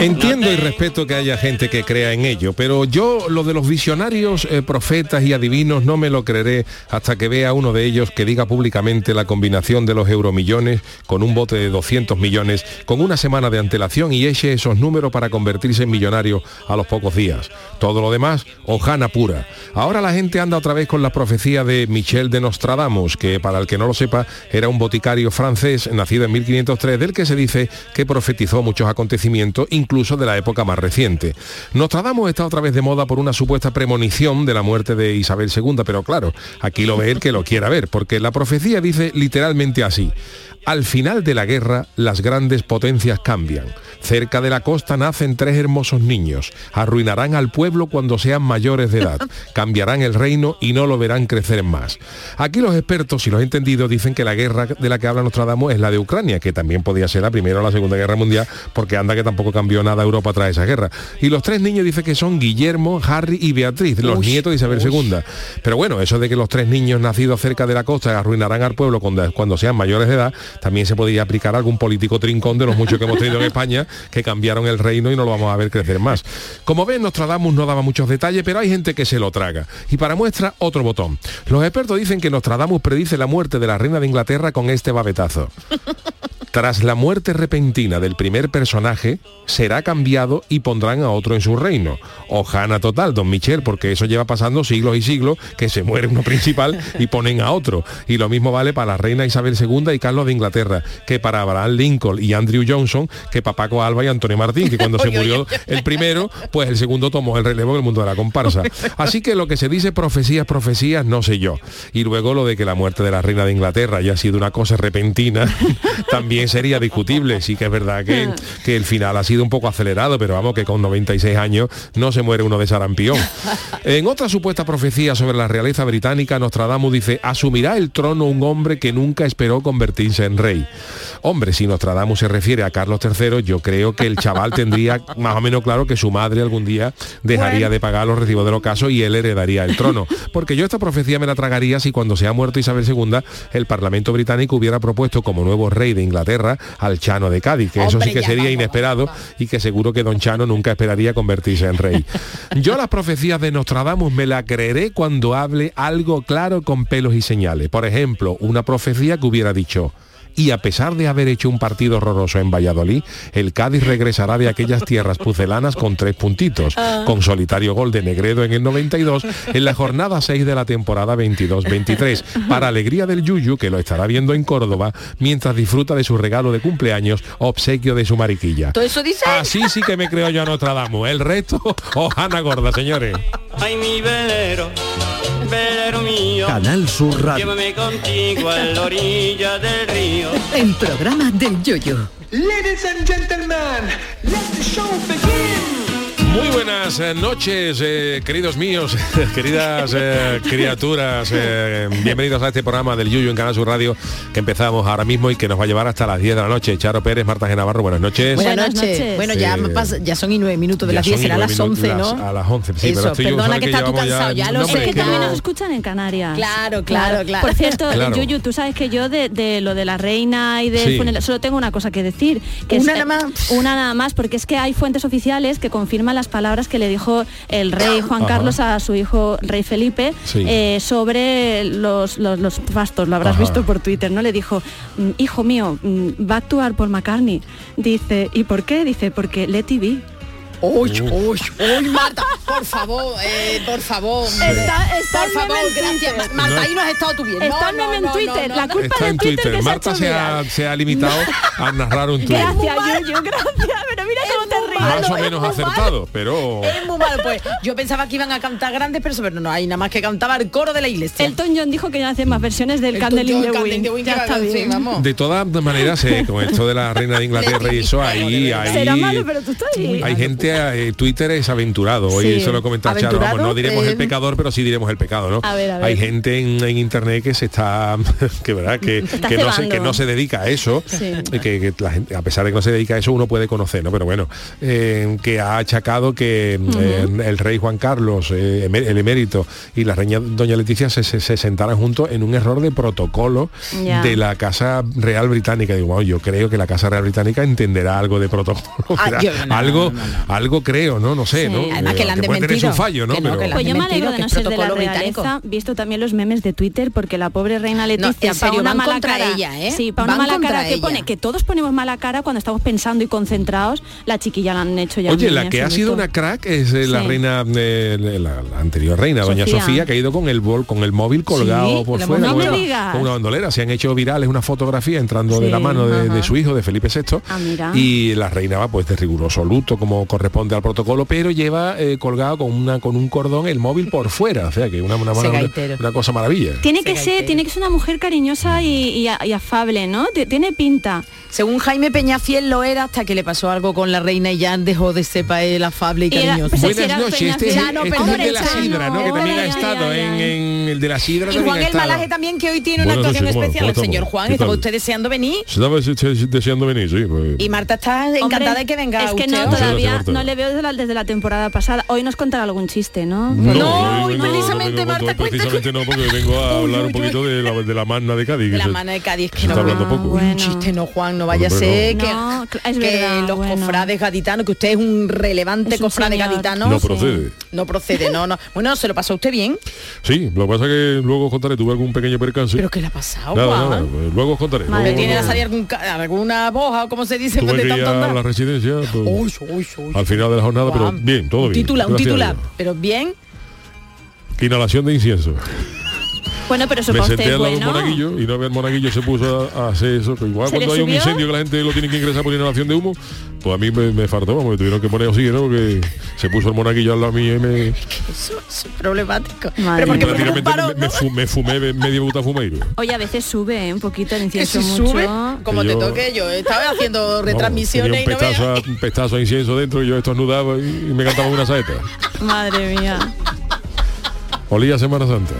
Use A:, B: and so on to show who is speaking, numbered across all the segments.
A: Entiendo y respeto que haya gente que crea en ello, pero yo lo de los visionarios, eh, profetas y adivinos no me lo creeré hasta que vea uno de ellos que diga públicamente la combinación de los euromillones con un bote de 200 millones, con una semana de antelación y eche esos números para convertirse en millonario a los pocos días. Todo lo demás, hojana pura. Ahora la gente anda otra vez con la profecía de Michel de Nostradamus, que para el que no lo sepa era un boticario francés nacido en 1503, del que se dice que profetizó muchos acontecimientos, incluso de la época más reciente. Nostradamus está otra vez de moda por una supuesta premonición de la muerte de Isabel II, pero claro, aquí lo ve el que lo quiera ver, porque la profecía dice literalmente así. Al final de la guerra, las grandes potencias cambian. Cerca de la costa nacen tres hermosos niños. Arruinarán al pueblo cuando sean mayores de edad. Cambiarán el reino y no lo verán crecer más. Aquí los expertos, si los he entendido, dicen que la guerra de la que habla Nostradamus es la de Ucrania, que también podía ser la Primera o la Segunda Guerra Mundial, porque anda que tampoco cambió nada Europa tras esa guerra. Y los tres niños dicen que son Guillermo, Harry y Beatriz, los
B: Uy,
A: nietos de Isabel
B: uy.
A: II. Pero bueno, eso de que los tres niños nacidos cerca de la costa arruinarán al pueblo cuando, cuando sean mayores de edad, también se podría aplicar a algún político trincón de los muchos que hemos tenido en España, que cambiaron el reino y no lo vamos a ver crecer más. Como ven, Nostradamus no daba muchos detalles, pero hay gente que se lo traga. Y para muestra, otro botón. Los expertos dicen que Nostradamus predice la muerte de la reina de Inglaterra con este babetazo. Tras la muerte repentina del primer personaje, será cambiado y pondrán a otro en su reino. Ojana total, don Michel, porque eso lleva pasando siglos y siglos, que se muere uno principal y ponen a otro. Y lo mismo vale para la reina Isabel II y Carlos de Inglaterra, que para Abraham Lincoln y Andrew Johnson, que para Paco Alba y Antonio Martín, que cuando se
C: Oye,
A: murió
C: oye, oye.
A: el primero, pues el segundo tomó el relevo en el mundo de la comparsa. Así que lo que se dice profecías, profecías, no sé yo. Y luego lo de que la muerte de la reina de Inglaterra haya sido una cosa repentina, también sería discutible. Sí que es verdad que, que el final ha sido un poco acelerado, pero vamos que con 96 años no se muere uno de sarampión. En otra supuesta profecía sobre la realeza británica, Nostradamus dice, asumirá el trono un hombre que nunca esperó convertirse en rey. Hombre, si Nostradamus se refiere a Carlos III, yo creo que el chaval tendría más o menos claro que su madre algún día dejaría
D: Bueno.
A: de pagar los recibos del ocaso y él heredaría el trono. Porque yo esta profecía me la tragaría si cuando se ha muerto Isabel II, el Parlamento británico hubiera propuesto como nuevo rey de Inglaterra al Chano de Cádiz, que eso
E: Hombre,
A: sí que
E: ya,
A: sería
E: vamos,
A: inesperado y que seguro que don Chano nunca esperaría convertirse en rey. Yo las profecías de Nostradamus me las creeré cuando hable algo claro con pelos y señales. Por ejemplo, una profecía que hubiera dicho, y a pesar de haber hecho un partido horroroso en Valladolid, el Cádiz regresará de aquellas tierras pucelanas con tres puntitos,
F: Ah.
A: con solitario gol de Negredo en el 92, en la jornada 6 de la temporada 22-23, para alegría del Yuyu, que lo estará viendo en Córdoba, mientras disfruta de su regalo de cumpleaños, obsequio de su mariquilla.
G: ¿Todo eso dice?
A: Así Ah, sí que me creo yo a Nostradamus. El resto, ojana gorda, señores.
G: Ay, mi velero, velero mío.
A: Canal Sur Radio.
G: Llévame contigo a la orilla del río.
H: El programa del yoyo.
I: Ladies and gentlemen, let the show begin.
A: Muy buenas eh, noches, eh, queridos míos, queridas eh, criaturas. eh, bienvenidos a este programa del Yuyu en Canal Sur Radio que empezamos ahora mismo y que nos va a llevar hasta las 10 de la noche. Charo Pérez, Marta Genavarro, buenas noches.
J: Buenas, noches. Bueno, ya,
A: Eh,
J: pas- ya son y nueve minutos de
A: ya
J: las 10,
A: son
J: será
A: y
J: a
A: nueve
J: las 11,
A: minutos,
J: ¿no?
A: las- a las 11, sí,
J: Eso,
A: pero estoy yo,
J: perdona
A: ¿sabes
J: que
A: que
J: estás tú
A: llevamos ya-
J: cansado, ya, lo
A: no,
J: sé.
A: hombre,
J: Es que
A: que
J: también
A: no-
K: Nos escuchan en Canarias.
J: Claro, claro, claro.
K: Por cierto, eh,
A: Claro.
K: Yuyu, tú sabes que yo de, de lo de la reina y del
A: Sí.
K: funeral, solo tengo una cosa que decir. Que
J: Una
K: es,
J: nada
K: más. Una nada más, porque es que hay fuentes oficiales que confirman las palabras que le dijo el rey Juan
L: Ah. Ajá.
K: Carlos a su hijo rey Felipe
L: Sí.
K: eh, sobre los, los, los fastos. Lo habrás
L: Ajá.
K: visto por Twitter, ¿no? Le dijo, "Mm, hijo mío, mm, va a actuar por McCartney. Dice, ¿y por qué? Dice, porque Letty B.
J: ¡Uy, uy, uy, Marta! Por favor, eh, por favor.
K: Está- está
J: por
K: el
J: favor,
K: meme en
J: gracias.
K: Twitter.
J: Marta, ahí no has estado tú bien.
K: Está
J: No,
K: el
J: no,
K: meme en
J: no,
K: Twitter,
J: no,
K: la
J: no.
K: culpa
A: Está
K: de
A: en
K: Twitter,
A: Twitter.
K: que
A: Marta
K: se
A: se
K: ha hecho
A: ha,
K: viral.
A: se ha limitado a narrar un tuit.
K: Gracias, Eh, Yuyu, gracias. Pero mira cómo te ríes.
A: Más o
J: es
A: menos
J: muy
A: acertado, pero...
K: Eh,
J: Es muy malo, pues. Yo pensaba que iban a cantar grandes personas, pero no, hay nada más que cantaba el coro de la iglesia.
K: Elton John dijo que ya hace más versiones del
J: El
K: Candle in
J: tuyo,
K: the
J: Candle in the
K: Wind.
J: Wind,
K: Ya
J: que
K: está
J: va- sí,
K: bien.
J: vamos.
A: De todas maneras, eh, con esto de la reina de Inglaterra y eso, ahí, ahí...
K: Será malo, pero tú estás ahí.
A: Hay gente, eh, Twitter es aventurado, hoy
K: Sí.
A: eso lo comentaba Charo,
J: Aventurado,
A: vamos, no diremos
J: eh,
A: el pecador, pero sí diremos el pecado, ¿no?
K: A ver, a ver.
A: Hay gente en, en internet que se está, que verdad, que,
K: Está
A: que no, se,
K: cebando.
A: que no se dedica a eso,
K: Sí.
A: y que, que la gente, a pesar de que no se dedica a eso, uno puede conocer, ¿no? Pero bueno, eh, que ha achacado que eh, el rey Juan Carlos, eh, emé- el emérito, y la reina doña Leticia se, se- se sentaran juntos en un error de protocolo
K: Ya.
A: de la Casa Real Británica. Digo, bueno, yo creo que la Casa Real Británica entenderá algo de protocolo.
J: Ah, yo- no, no,
A: algo,
J: no, no,
A: algo creo, ¿no? No sé, ¿no?
J: Además que
A: Eh,
J: la han
A: puede tener
J: desmentido.
A: su fallo, ¿no?
J: Que no,
A: Pero-
J: que la-
K: Pues yo me alegro
J: Mentido,
K: de
J: que
K: no
J: es
K: ser de la
J: protocolo
K: realeza,
J: británico.
K: visto también los memes de Twitter, porque la pobre reina Leticia,
J: en serio,
K: pa' una
J: van
K: mala
J: contra
K: cara,
J: ella, ¿eh?
K: Sí, para una
J: Van
K: mala
J: contra
K: cara que
J: ella.
K: pone, que todos ponemos mala cara cuando estamos pensando y concentrados, la chiquilla la han hecho ya.
A: Oye,
K: un
A: la
K: meme
A: que ha sido
K: absoluto.
A: una crack es eh, la
K: Sí.
A: reina, eh, la, la anterior reina, doña
K: Sofía.
A: Sofía, que ha ido con el bol, con el móvil colgado
K: Sí,
A: por
K: la
A: fuera,
K: hemos
A: con,
K: visto.
A: una-
K: No me digas.
A: con una bandolera. Se han hecho virales una fotografía entrando de
K: Sí,
A: la mano de, de
K: ajá.
A: su hijo, de Felipe VI.
K: Ah, mira.
A: Y la reina va pues de riguroso luto, como corresponde al protocolo, pero lleva eh, colgado con una con un cordón el móvil por fuera. O sea, que una, una,
J: Ese
A: una-
J: gaitero.
A: una cosa maravilla.
K: Tiene que
J: Ese
K: ser,
J: gaitero.
K: tiene que ser una mujer cariñosa y, y a- y afable, ¿no? T- Tiene pinta.
J: Según Jaime Peñafiel lo era hasta que le pasó algo con la reina y ya dejó de ser pa' él afable y
K: Y era-
J: cariñoso.
K: pues,
A: Buenas
K: si era
A: noches,
K: Peña
A: este, es-
K: Fiel.
J: Chano,
A: este es
J: perdón,
A: el de la
J: Chano.
A: sidra, ¿no? Que también ha
K: Ay, ay,
A: estado
K: ay,
A: en,
K: ay.
A: en el de la sidra.
J: Y
A: también
J: Juan
A: ha
J: el
A: estado.
J: Malaje también, que hoy tiene una
A: Buenas
J: actuación
A: noches, ¿cómo-
J: especial.
A: cómo
J: El señor
A: estamos?
J: Juan,
A: ¿Qué
J: ¿estaba
A: tal?
J: usted deseando venir?
A: Estaba deseando venir, sí. pues.
J: Y Marta está
K: Hombre,
J: encantada de que venga
K: Es que
J: usted.
K: no,
J: hoy.
K: todavía
A: Marta.
K: no le veo desde la, desde la temporada pasada. Hoy nos contará algún chiste, ¿no?
A: No,
J: No,
A: hoy
J: y
A: vengo-
J: precisamente,
A: no vengo con
J: Marta,
A: todo, precisamente no, porque vengo a hablar un poquito de la, de la magna de Cádiz.
J: De
A: que
J: la
A: se-
J: mano de Cádiz, que
A: se
J: no.
A: está hablando
K: Ah,
A: poco.
K: bueno.
J: Un chiste no, Juan, no vaya a
A: Hombre,
J: ser
K: no.
J: que,
K: No, cl- es
J: que
K: verdad,
J: los
K: bueno.
J: cofrades gaditanos, que usted es un relevante
K: Es un
J: cofrade
K: señor.
J: gaditano.
A: No,
K: sí.
A: procede.
J: No procede, no, no. Bueno, se lo pasó usted bien,
A: Sí, lo que pasa es que luego os contaré, tuve algún pequeño percance.
J: pero ¿qué le ha pasado,
A: Nada,
J: Juan?
A: nada, pues, luego os contaré.
K: Madre
J: ¿Le
A: luego-
J: tiene la
A: luego-
J: salida algún ca- alguna boja o cómo se dice
A: Tuve
J: de
A: que ir
J: tanto
A: a la
J: andar?
A: residencia pues,
J: Uy, uy, uy.
A: al final de la jornada, pero
J: Juan,
A: bien, todo
J: un
A: bien.
J: Titular, un
A: gracias a
J: titular,
A: Dios.
J: pero bien.
A: Inhalación de incienso.
K: Bueno, pero eso
A: Me
K: para
A: senté
K: usted,
A: al lado de un
K: bueno.
A: monaguillo y no había el monaguillo se puso a, a hacer eso. que igual
K: ¿Se le
A: cuando hay un
K: subió?
A: incendio que la gente lo tiene que ingresar por inhalación de humo, pues a mí me, me faltó, vamos, me tuvieron que poner oxígeno porque se puso el monaguillo al lado mío y me,
J: Eso es problemático.
K: Madre mía.
J: pero porque fue
A: prácticamente
J: un parón,
A: me, me
J: ¿no?
A: fu- me fumé me- medio buta fumeiro.
K: Oye, a veces sube ¿eh? un poquito el
J: Que
K: incienso
J: si
K: mucho.
J: sube, como
A: Que
J: te
A: yo-
J: toque yo, estaba haciendo retransmisiones y
A: Vamos,
J: no
A: tenía un, pestazo
J: veas.
A: a, un pestazo a incienso dentro y yo estornudaba y, y me cantaba una saeta.
K: Madre mía,
A: Olía a Semana Santa.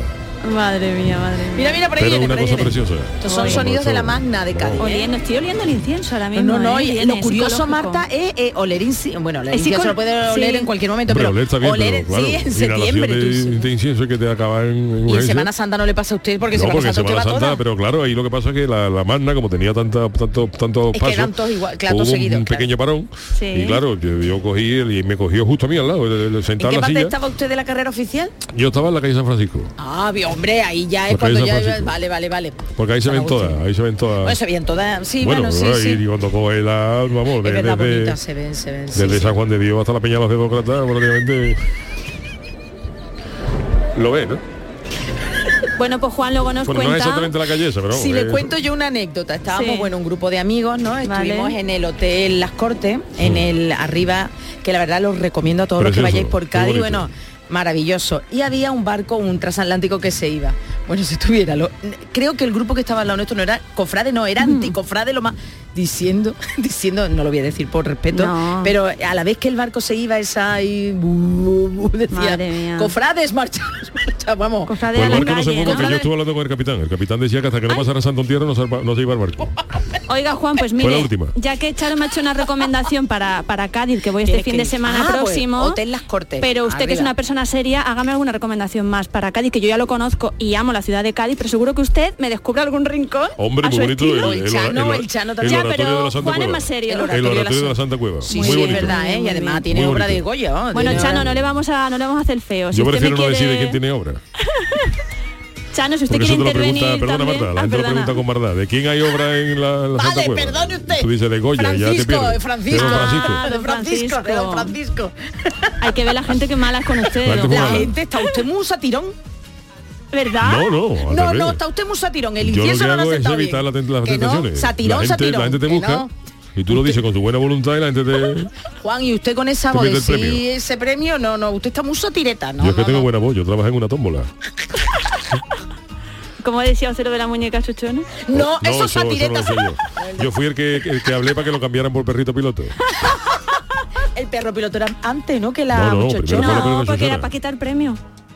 K: madre mía, madre mía.
J: Mira, mira, por ahí
A: Pero
J: viene,
A: una
J: por ahí
A: cosa
J: viene.
A: preciosa.
J: Estos son sonidos de la magna de Cádiz. ¿eh?
K: Oliendo, estoy oliendo el incienso ahora mismo.
J: No, no,
K: ¿eh?
J: y
K: Viene,
J: lo curioso,
K: psicológico.
J: Marta, es eh, oler incienso. Bueno, oler
K: Es
J: incienso
K: psico-
J: lo puede oler
K: sí.
J: en cualquier momento,
A: Pero
J: pero
A: oler está bien,
J: oler
A: pero, claro,
J: sí, en
A: inhalación
J: septiembre. tú
A: de,
J: dices.
A: de incienso que te acaba en, en
J: Y en
A: urgencia.
J: Semana Santa no le pasa a usted porque
A: No,
J: Semana
A: porque
J: Santa usted
A: Semana
J: va
A: Santa,
J: toda.
A: pero claro, ahí lo que pasa es que la, la magna, como tenía tanta, tanto, tantos
J: Es que
A: pasos,
J: eran todos igual, claro, todos
A: hubo
J: seguidos,
A: un
J: claro.
A: pequeño parón.
K: Sí.
A: Y claro, yo, yo cogí el- y me cogió justo a mí al lado, el- el-
J: ¿En
A: sentado
J: qué
A: en la
J: parte
A: silla.
J: estaba usted de la carrera oficial?
A: Yo estaba en la calle San Francisco,
J: Ah, bien, hombre, ahí ya es
A: Porque ahí
J: cuando
A: San
J: ya...
A: Francisco.
J: Vale, vale, vale.
A: porque ahí se ven
J: San Agustín.
A: todas, ahí se ven todas.
J: Bueno, se veían todas. Sí,
A: bueno,
J: bueno, sí,
A: ¿verdad?
J: sí.
A: y
J: Es
A: cuando coge la, vamos, de-
J: verdad,
A: desde,
J: bonitas se ven, se ven. sí,
A: desde
J: sí.
A: San Juan de Dios hasta la Peña de los Demócratas, prácticamente lo ve, ¿no?
K: Bueno, pues Juan luego nos
A: Bueno, no es
K: cuenta.
A: exactamente la calle esa, pero
J: Si le
A: es-
J: cuento yo una anécdota, estábamos,
K: Sí.
J: bueno, un grupo de amigos, ¿no? Estuvimos
K: Vale.
J: en el Hotel Las Cortes, en el arriba, que la verdad los recomiendo a todos
A: Mm. Precioso,
J: los que vayáis por
A: qué
J: Cádiz,
A: bonito.
J: bueno, maravilloso. Y había un barco, un transatlántico que se iba. Bueno, si estuviera, lo- creo que el grupo que estaba al lado nuestro no era cofrade, no,
K: Mm.
J: era anticofrade lo más. Diciendo, diciendo, no lo voy a decir por respeto,
K: No.
J: pero a la vez que el barco se iba, esa y bu- bu- bu- decía,
K: Madre mía.
J: cofrades, marchaos, marchaos, vamos.
K: Cofrade
A: Pues el
K: a la
A: barco no se
K: calle,
A: mueve,
K: ¿no?
A: que yo estuve hablando con el capitán. El capitán decía que hasta que no pasara Santo Tierra no se, arma- no se iba el barco.
K: Oiga, Juan, pues
A: Fue la
K: mire,
A: última.
K: ya que Charo me ha hecho una recomendación para, para Cádiz, que voy este
J: Tienes
K: fin
J: que
K: de
J: ir.
K: semana
J: Ah, pues,
K: próximo.
J: Hotel Las Cortes,
K: Pero usted que es
J: arriba.
K: una persona seria, hágame alguna recomendación más para Cádiz, que yo ya lo conozco y amo la ciudad de Cádiz, pero seguro que usted me descubre algún rincón.
A: Hombre,
K: a
A: muy
K: su
A: bonito
K: estilo.
J: el Chano, el Chano también.
K: Ya,
A: oratorio
K: pero
A: de la Santa
K: Juan es
A: Cueva.
K: más serio.
J: El
A: El oratorio de la
J: San-
A: Santa Cueva.
J: Sí,
A: muy
J: sí,
A: bonito.
J: es verdad, ¿eh?
K: Muy
J: Y además
K: bien.
J: tiene
A: Muy
J: obra
A: bonito.
J: de Goya. vamos,
K: Bueno,
J: tiene
K: Chano,
J: obra-
K: no le vamos a, no le vamos a hacer feo. Si
A: Yo
K: usted
A: prefiero
K: me
A: no
K: quiere-
A: decir de quién tiene obra.
K: Chano, si usted
B: Porque
K: quiere
B: eso te lo
K: intervenir
B: pregunta, perdona
K: también-
B: Marta, la
K: Ah,
B: gente lo
K: perdona.
B: pregunta con verdad. ¿De quién hay obra en la, en la Santa
J: Vale,
B: Cueva?
J: perdone usted.
B: Tú dices de Goya, ya te
J: Francisco, eh,
B: pierdes.
J: Francisco.
B: De don Francisco.
K: Ah,
J: de Francisco, de don Francisco.
K: Hay que ver la gente que mala es con usted.
B: Claro,
K: don
B: qué
J: La
K: Juan.
B: mala.
J: gente está usted muy satirón.
K: ¿Verdad?
B: No, no, al
J: No,
B: revés.
J: no, está usted muy satirón. El
B: Yo lo
J: incienso
B: que
J: no lo ha
B: hago es
J: sentado
B: evitar la
J: bien.
B: ten- las
J: Que no,
B: tentaciones.
J: Satirón,
B: la, gente,
J: satirón.
B: la gente te
J: que
B: busca
J: no.
B: y tú lo dices con tu buena voluntad y la gente te...
J: Juan, y usted con esa
B: Te
J: voz
B: mete el
J: sí,
B: premio.
J: ese premio, no, no, usted está muy satireta, ¿no?
B: yo es que
J: no,
B: tengo
J: no.
B: buena voz, yo trabajo en una tómbola.
K: Como decía usted lo de la muñeca chuchona.
J: No,
B: no,
J: eso es
B: no
J: satireta.
B: lo sé yo. Yo fui el que, el que hablé para que lo cambiaran por perrito piloto.
J: El perro piloto era antes, ¿no? Que la
B: No, no,
J: muchachona.
B: Pero fue la primera
K: No, porque
B: chuchona.
K: era para quitar premio.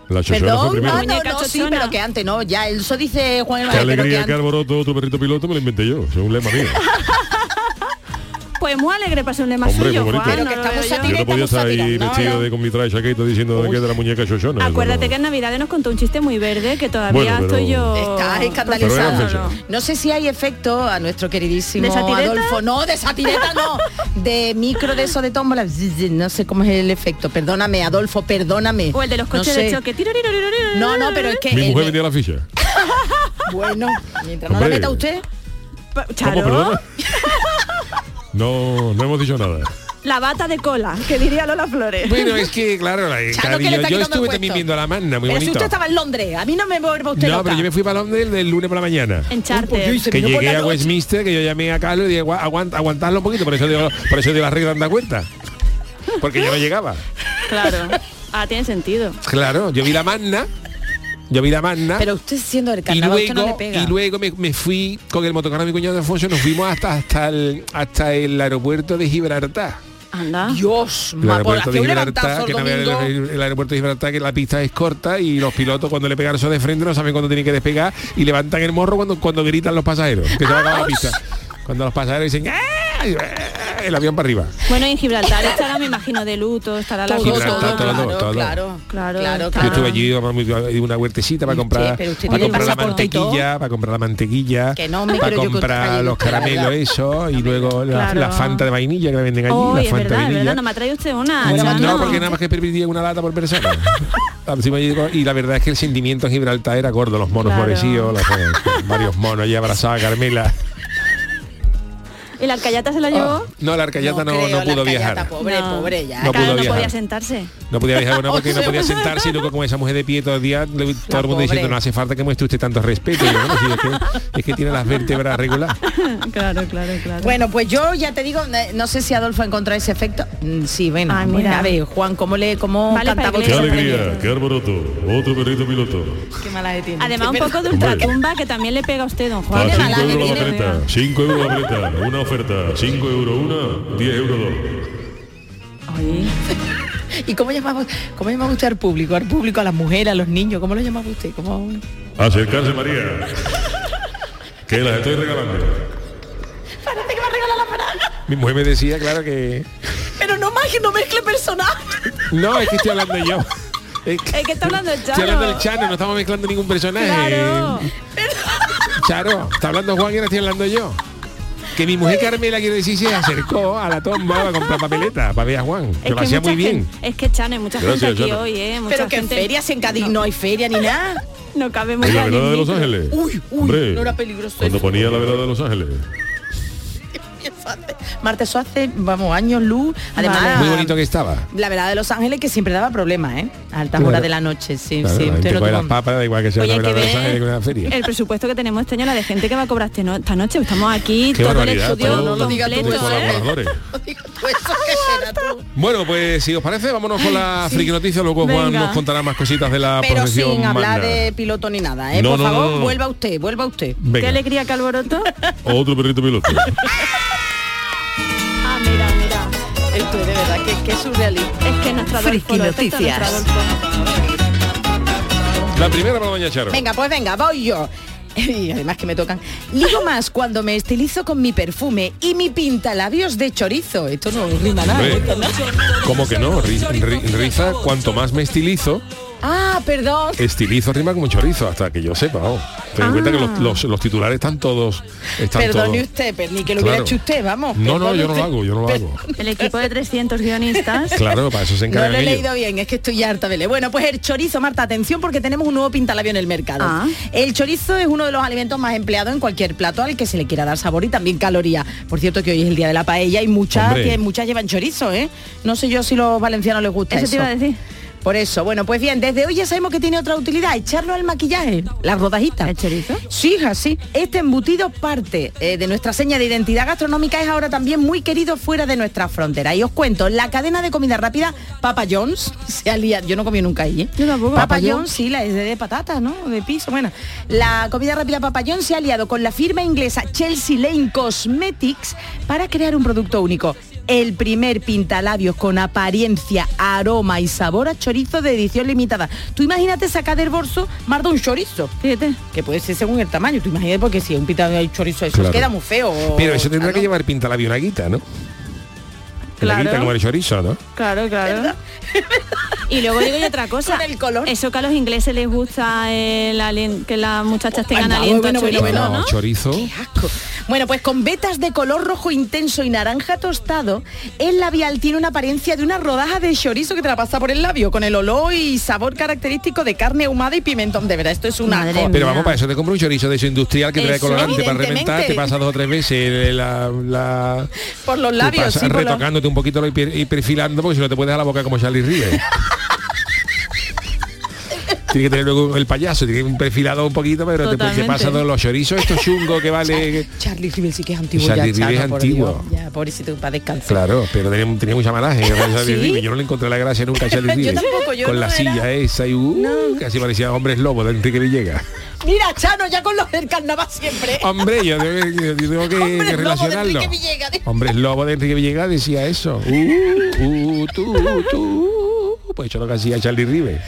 B: La chochona fue
J: Perdón,
B: primero.
J: ah, no,
K: Muñeca
J: no, sí,
K: chochona.
J: pero que antes no, ya, eso dice Juan
B: Qué
J: Emanuel, pero que
B: alegría, qué
J: antes-
B: alboroto, tu perrito piloto me lo inventé yo. Es un lema mío.
K: Pues muy alegre para ser un lema
B: Hombre,
K: suyo,
B: muy bonito.
K: Juan.
B: Pero
K: no
J: que
K: lo
J: estamos
K: veo yo.
B: Yo
J: Directa
B: no podía estar ahí
J: musátira, no,
B: vestido
J: no.
B: de, con mi traje chaqueta diciendo de que era la muñeca chochona.
K: Acuérdate que
B: Eso
K: en Navidades nos contó un chiste muy verde que todavía
B: Bueno, pero-
K: estoy yo...
J: Estás
B: Pero
J: escandalizada.
B: eran fechas.
J: No sé si hay efecto a nuestro queridísimo
K: ¿De satireta?
J: Adolfo. No, de satireta no. De micro de eso de tómbola. No sé cómo es el efecto. Perdóname, Adolfo, perdóname.
K: O el de los
J: No
K: coches
J: sé.
K: de choque. Tiriririririririr.
J: No, no, pero es que...
B: no. Mi
J: el
B: mujer
J: de-
B: vendía la ficha.
J: Bueno, mientras no la
B: Hombre.
J: meta usted.
K: Pa-
B: ¿Cómo,
K: Charo,
B: perdona? No, no hemos dicho nada.
K: la bata de cola, que diría Lola Flores.
A: Bueno, es que claro, la-
J: Chano, que le
A: yo-
J: está
A: yo
J: quitando
A: estuve
J: el
A: también
J: puesto.
A: viendo la magna, muy
J: Pero si
A: bonito.
J: usted estaba en Londres, a mí no me vuelva usted
A: No,
J: loca.
A: pero yo me fui para Londres del lunes por la mañana.
K: En
J: Uy,
K: charter.
J: uy, se
A: que
J: vino por
A: llegué
J: la
A: a
J: noche.
A: Westminster, que yo llamé a Carlos y dije, "Gua- aguanta, aguantadlo un poquito, por eso digo, por eso digo la regla anda cuenta. Porque yo no llegaba.
K: Claro. Ah, tiene sentido.
A: Claro, yo vi la magna, yo vi la magna.
J: Pero usted siendo el
A: y
J: carnaval, usted no le
A: luego,
J: pega.
A: y luego me, me fui con el motocarro de mi cuñado Alfonso, nos fuimos hasta, hasta, el, hasta el aeropuerto de Gibraltar.
K: Anda.
J: Dios,
A: El
J: ma, por las que
A: aeropuerto de
J: un
A: Gibraltar,
J: levantazo
A: que
J: el
A: no vean el,
J: domingo.
A: el aeropuerto de Gibraltar, que la pista es corta y los pilotos cuando le pegan eso de frente no saben cuándo tienen que despegar y levantan el morro cuando, cuando gritan los pasajeros, que se va a acabar la pista. Cuando los pasajeros dicen "¡Ah!", y, "Ah!", el avión para arriba.
K: Bueno, y en Gibraltar estará, me imagino, de luto, estará la
J: Todo,
K: cosa-
A: Gibraltar,
J: todo,
A: todo,
J: claro,
A: todo, todo.
J: claro,
K: Claro,
J: claro,
K: yo
A: Yo
J: claro.
A: estuve allí mamá, me dio una huertecita para comprar,
J: pero usted
A: para
J: tiene
A: comprar la
J: pasaporte y todo.
A: mantequilla, para comprar la mantequilla,
J: Que no, hombre,
A: para
J: pero yo que usted está
A: comprar
J: allí,
A: los
J: usted, la
A: caramelos
J: verdad.
A: eso y luego la,
K: Claro.
A: la Fanta de vainilla que me venden allí,
K: Oh,
A: la
K: es
A: Fanta de
K: verdad, es
A: vainilla.
K: verdad, no me ha traído usted una.
A: No,
K: Chano.
A: porque nada más que permitía una lata por persona. Encima llegó- y la verdad es que el sentimiento en Gibraltar era gordo, los monos
K: Claro.
A: florecidos, los- varios monos allí abrazada Carmela.
K: ¿Y la alcayata se la llevó?
A: Oh, No, la arcayata no,
J: creo,
A: no
J: la
A: pudo
J: Arcayata,
A: viajar.
J: Pobre, pobre, ya.
A: No
K: Claro,
A: pudo
K: no
A: viajar.
K: podía sentarse.
A: No podía viajar, bueno, porque
J: O
A: no
J: sea,
A: podía sentarse y luego como esa mujer de pie todo el día, le- todo el mundo
J: pobre.
A: diciendo, no hace falta que muestre usted tanto respeto. Y yo, bueno, sí, es, que, es que tiene las vértebras regulares.
K: claro, claro, claro.
J: Bueno, pues yo ya te digo, eh, no sé si Adolfo encontrado ese efecto. Mm, Sí, bueno,
K: Ay,
J: bueno,
K: mira.
J: a ver, Juan, ¿cómo le cómo
K: Vale,
J: cantaba
K: para
B: Qué
J: usted ese
B: alegría,
J: premio?
B: qué alboroto. Otro perrito piloto.
J: Qué mala de tiene.
K: Además,
J: Qué
K: un
J: pena.
K: poco de
B: Hombre.
K: ultratumba que también le pega a usted, don
B: A
K: Juan.
B: 5
J: malaje
B: Ah, euros la
J: tiene,
B: papeleta. 5 euros la papeleta. Una oferta. 5 euros una, 10 euros dos.
K: Ay.
J: ¿Y cómo llamaba, cómo llamaba usted al público? Al público, a las mujeres, a los niños, ¿cómo lo llamaba usted? ¿Cómo?
B: Acercarse, María. Que las estoy regalando.
A: Mi mujer me decía, claro que...
J: Pero no más no mezcle personajes.
A: No, es que estoy hablando yo. Es
K: Es que está hablando el
A: Estoy hablando
K: Chano.
A: del Chano, no estamos mezclando ningún personaje.
K: Claro.
A: Charo, está hablando Juan y ahora estoy hablando yo. Que mi mujer Carmela, quiero decir, se acercó a la tomba a comprar papeleta para ver a Juan. Que
K: Es
A: lo hacía
K: mucha
A: muy bien.
K: gente- es que Chano, hay mucha
B: Gracias,
K: gente aquí
B: Chano.
K: hoy, ¿eh? Mucha
J: Pero que en
K: gente-
J: feria se en Cádiz no hay feria ni nada.
K: No cabe
B: En la
K: mucha
B: velada de Los
K: gente.
B: Ángeles.
J: Uy, uy,
B: Hombre,
J: no era peligroso
B: Cuando
J: eso.
B: ponía la velada de Los Ángeles.
J: Martes eso hace, vamos, años luz. Además,
K: Vale.
A: Muy bonito que estaba.
J: la verdad de Los Ángeles que siempre daba problemas, ¿eh? A altas
A: Claro.
J: horas de la noche, sí,
A: Claro,
J: sí. usted
A: la gente
J: no
A: coge
J: tuvo-
A: las papas, da igual que sea
K: Oye,
A: la
K: hay que
A: velada de Los
K: ver
A: Ángeles que una feria.
K: el presupuesto que tenemos este año, la de gente que va a cobrar este no- esta noche. Estamos aquí,
A: Qué
K: todo
A: barbaridad,
K: el estudio
A: todo-
J: no lo diga
K: completo,
J: tú,
K: ¿eh?
J: eso no lo
B: Trabajadores.
J: Digo, tú eso
K: ¡Ah!
J: que será tú.
A: Bueno, pues si os parece, vámonos con la friki noticia. Luego Juan
K: Venga.
A: nos contará más cositas de la
J: Pero
A: profesión
J: sin hablar
A: magna.
J: de piloto ni nada, ¿eh?
B: No,
J: Por
B: no, no,
J: favor,
B: no, no.
J: vuelva usted, vuelva usted.
K: Qué
A: Venga,
K: alegría, qué alboroto.
B: Otro perrito piloto.
K: Ah, mira, mira.
J: Esto de verdad que, es surrealista.
K: Es que nuestra
H: Friki Noticias.
A: la primera para Doña Charo.
J: Venga, pues venga, voy yo. Y además que me tocan. Ligo más cuando me estilizo con mi perfume y mi pintalabios de chorizo. Esto no rima nada.
A: Hombre,
J: ¿eh?
A: como que no, Ri- ri- riza, cuanto más me estilizo,
J: Ah, perdón.
A: estilizo rima como chorizo, hasta que yo sepa. vamos. Ten en cuenta que
K: Ah.
A: los, los- los titulares están todos. Están
J: Perdone
A: todos-
J: usted, pero ni que lo
A: Claro.
J: hubiera hecho usted, vamos.
A: No, no,
J: perdone
A: yo no lo
J: usted.
A: hago, yo no lo hago.
K: El equipo de 300 guionistas.
A: Claro, para eso se
J: No
A: encargan
J: lo he
A: ellos.
J: leído bien, es que estoy harta de leer. Bueno, pues el chorizo, Marta, atención porque tenemos un nuevo pintalabio en el mercado.
K: Ah.
J: El chorizo es uno de los alimentos más empleados en cualquier plato al que se le quiera dar sabor y también caloría. Por cierto que hoy es el día de la paella y muchas,
A: Hombre.
J: que muchas llevan chorizo, ¿eh? No sé yo si los valencianos les gusta.
K: Eso
J: Eso,
K: te iba a decir.
J: Por eso, bueno, pues bien, desde hoy ya sabemos que tiene otra utilidad, echarlo al maquillaje, las rodajitas.
K: ¿El chorizo?
J: Sí, hija, sí. Este embutido parte eh, de nuestra seña de identidad gastronómica es ahora también muy querido fuera de nuestra frontera. Y os cuento, la cadena de comida rápida Papa John's se alía. Yo no comí nunca ahí, ¿eh?
K: Yo tampoco.
J: Papa,
K: Papa
J: John's,
K: John's.
J: sí, la es de, de patata, ¿no? De piso. Bueno, la comida rápida Papa John's se ha aliado con la firma inglesa Chelsea Lane Cosmetics para crear un producto único. El primer pintalabios con apariencia, aroma y sabor a chorizo de edición limitada. Tú imagínate sacar del bolso más de un chorizo
K: Fíjate.
J: que puede ser según el tamaño. Tú imagínate, porque si un pitado hay chorizo, eso
A: Claro.
J: queda muy feo. o-
A: Pero eso
J: ah,
A: tendrá
J: ¿no?
A: que llevar pintalabio una guita, ¿no? Una
K: Claro.
A: guita como el chorizo, ¿no?
K: Claro, claro. Y luego digo yo otra cosa.
J: Con el color.
K: Eso que a los ingleses les gusta el alien- que las muchachas tengan
J: Anda,
K: aliento
J: Pues, bueno,
K: a
J: bueno,
K: chorizo, ¿no?
J: bueno.
A: chorizo.
J: Qué asco. Bueno, pues con vetas de color rojo intenso y naranja tostado, el labial tiene una apariencia de una rodaja de chorizo que te la pasa por el labio, con el olor y sabor característico de carne ahumada y pimentón. De verdad, esto es una
K: Madre mía.
A: Pero vamos para eso, te compro un chorizo de eso industrial que trae
K: Eso,
A: colorante para reventar,
J: evidentemente.
A: te pasas dos o tres veces eh, la, la-
J: Por los
A: te
J: labios,
A: pasas
J: sí, por los-
A: retocándote un poquito y per- y perfilando porque si no te puedes dar la boca como Charlie River. Tiene que tener luego el payaso, tiene un perfilado un poquito, pero te, te
K: Totalmente.
A: pasas todos los chorizos, estos chungos que vale.
J: Charlie Rivel sí que es antiguo
A: Charlie
J: ya, Chano,
A: Rivel es
J: por
A: antiguo.
J: Dios. ya, pobrecito, para descansar.
A: Claro, pero tenía, tenía mucha malaje. era Charlie
J: ¿Ah, ¿Sí?
A: River. Yo no le encontré la gracia nunca a Charlie
J: Yo
A: River.
J: tampoco, yo
A: Con
J: no
A: la
J: era-
A: silla esa y uh, casi parecía hombres lobo de Enrique Villegas.
J: Mira, Chano, ya con los del carnaval siempre.
A: Hombre, yo tengo, que- yo tengo que,
J: Hombre,
A: que
J: el lobo de
A: relacionarlo.
J: Enrique Villegas.
A: Hombre, el lobo de Enrique Villegas decía eso. Uh, uh, tú, tú. Pues eso es lo que hacía Charlie River.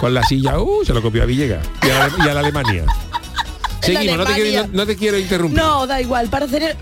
A: Con la silla, uh, se lo copió a Villegas. Y a, la- y a la Alemania. Seguimos, no, te quiero,
J: Alemania.
A: no- no te quiero interrumpir.
J: No, da igual, para cele-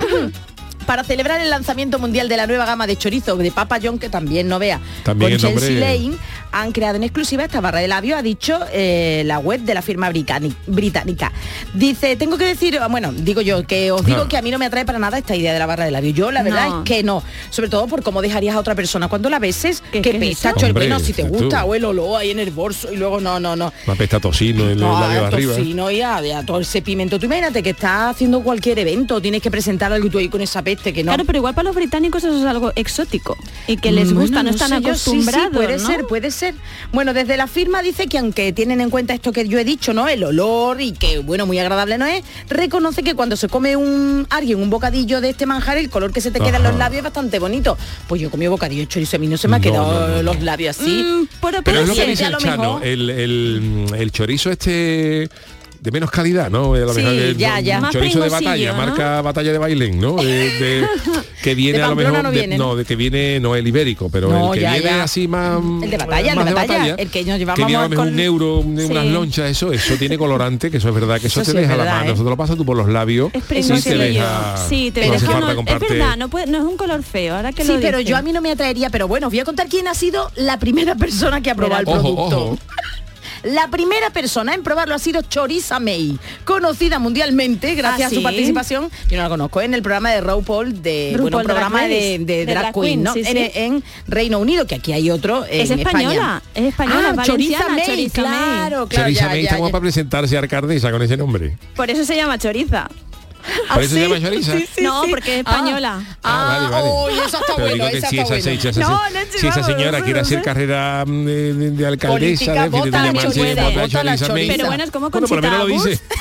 J: Para celebrar el lanzamiento mundial de la nueva gama de chorizo de Papa John, que también no vea,
A: También el
J: con
A: nombre-
J: Chelsea Lane, han creado en exclusiva esta barra de labio, ha dicho eh, la web de la firma bricani- británica. Dice, tengo que decir, bueno, digo yo, que os digo
A: Claro.
J: que a mí no me atrae para nada esta idea de la barra de labio. Yo la verdad
K: No.
J: es que no, sobre todo por cómo dejarías a otra persona cuando la beses,
K: ¿Qué-
J: que,
K: qué es
J: pesa,
A: eso?
J: chor-
A: Hombre,
J: bueno, si te
A: tú.
J: gusta, o el olor ahí en el bolso y luego no, no, no.
A: Una pesta tocino en
J: No,
A: el labio arriba.
J: tocino y a, y a todo ese pimiento. Tú imagínate que estás haciendo cualquier evento, tienes que presentar algo y tú ahí con esa peste que no.
K: Claro, pero igual para los británicos eso es algo exótico y que les
J: Bueno,
K: gusta, no están
J: sé yo, sí, sí,
K: acostumbrados.
J: puede
K: ¿no?
J: ser, puede ser. Bueno, desde la firma dice que aunque tienen en cuenta esto que yo he dicho, ¿no? El olor y que, bueno, muy agradable no es, reconoce que cuando se come un alguien un bocadillo de este manjar, el color que se te queda en los
A: Ajá.
J: labios es bastante bonito. Pues yo comí bocadillo de chorizo, a mí no se me ha
A: No,
J: quedado
A: no, no, no.
J: los labios así.
K: Mm, pero
A: Pero
K: puede
A: es lo que
K: ser.
J: siente
A: dice
J: a
A: el
J: lo
A: Chano,
J: mejor.
A: el, el- el chorizo este de menos calidad, ¿no? A lo
J: Sí,
A: mejor que es
J: ya,
A: un
J: ya.
K: Más
A: Chorizo de batalla,
K: pringosillo, ¿no?
A: marca batalla de Bailén, ¿no? De- de- que viene
J: De
A: a lo
J: Pamplona
A: mejor
J: no
A: de-
J: viene,
A: no,
J: ¿no?
A: de que viene no el ibérico, pero
J: No,
A: el que
J: ya,
A: viene
J: ya.
A: así más
J: El de batalla, el
A: más
J: de batalla, el que nos llevábamos
A: que viene a lo mejor
J: con-
A: un euro, un-
K: Sí.
A: unas lonchas, eso, eso tiene colorante, que eso es verdad, que eso,
J: Eso
A: te
J: sí es
A: deja la
J: verdad,
A: mano,
J: ¿eh?
A: eso te lo pasas tú por los labios
K: Es
A: y te
K: pringosillo.
A: deja,
K: Sí, te
A: no hace
K: deja
A: falta
K: mal- Es
A: comprarte.
K: verdad, no, puede- no es un color feo. Ahora que
J: Sí,
K: lo Ah,
J: pero
K: dices.
J: yo a mí no me atraería, pero bueno, os voy a contar quién ha sido la primera persona que ha probado el
A: Ojo,
J: producto.
A: ojo.
J: La primera persona en probarlo ha sido Choriza May, conocida mundialmente gracias
K: ¿Ah,
J: a
K: sí?
J: su participación, yo no la conozco, en el programa de RuPaul, eh, de,
K: RuPaul
J: bueno, un
K: Drag
J: programa de,
K: Race,
J: de
K: de
J: Drag,
K: Drag
J: Queen,
K: Queen,
J: ¿no?
K: sí,
J: en, e,
K: sí.
J: en Reino Unido, que aquí hay otro en
K: Es española,
J: España.
K: es española,
J: Ah,
K: es
J: Choriza
K: valenciana,
J: May,
K: Choriza May.
J: claro, claro,
A: Chorizo
J: ya, ya,
A: May está como
J: ya.
A: para presentarse a alcaldesa con ese nombre.
K: Por eso se llama choriza.
J: ¿Ah,
A: ¿Por eso se
J: sí?
A: llama choriza?
J: Sí, sí,
K: No,
J: sí.
K: porque es española.
J: Ah, ah,
A: vale, vale.
J: uy, eso está
A: Pero
J: bueno,
A: digo que
J: esa
A: si
J: está
A: esa,
J: bueno.
A: si esa-
K: No,
A: si-
K: no, sí,
A: si esa
K: vamos,
A: señora
K: no,
A: quiere
K: no,
A: hacer
K: no.
A: carrera mm, de, de- de alcaldesa,
J: Política,
A: de, de- de
J: vota la
A: llamarse
J: choriza,
A: vota
J: vota la
A: choriza,
J: choriza.
K: Pero bueno, es como
A: por lo
K: Conchita
A: menos lo dice.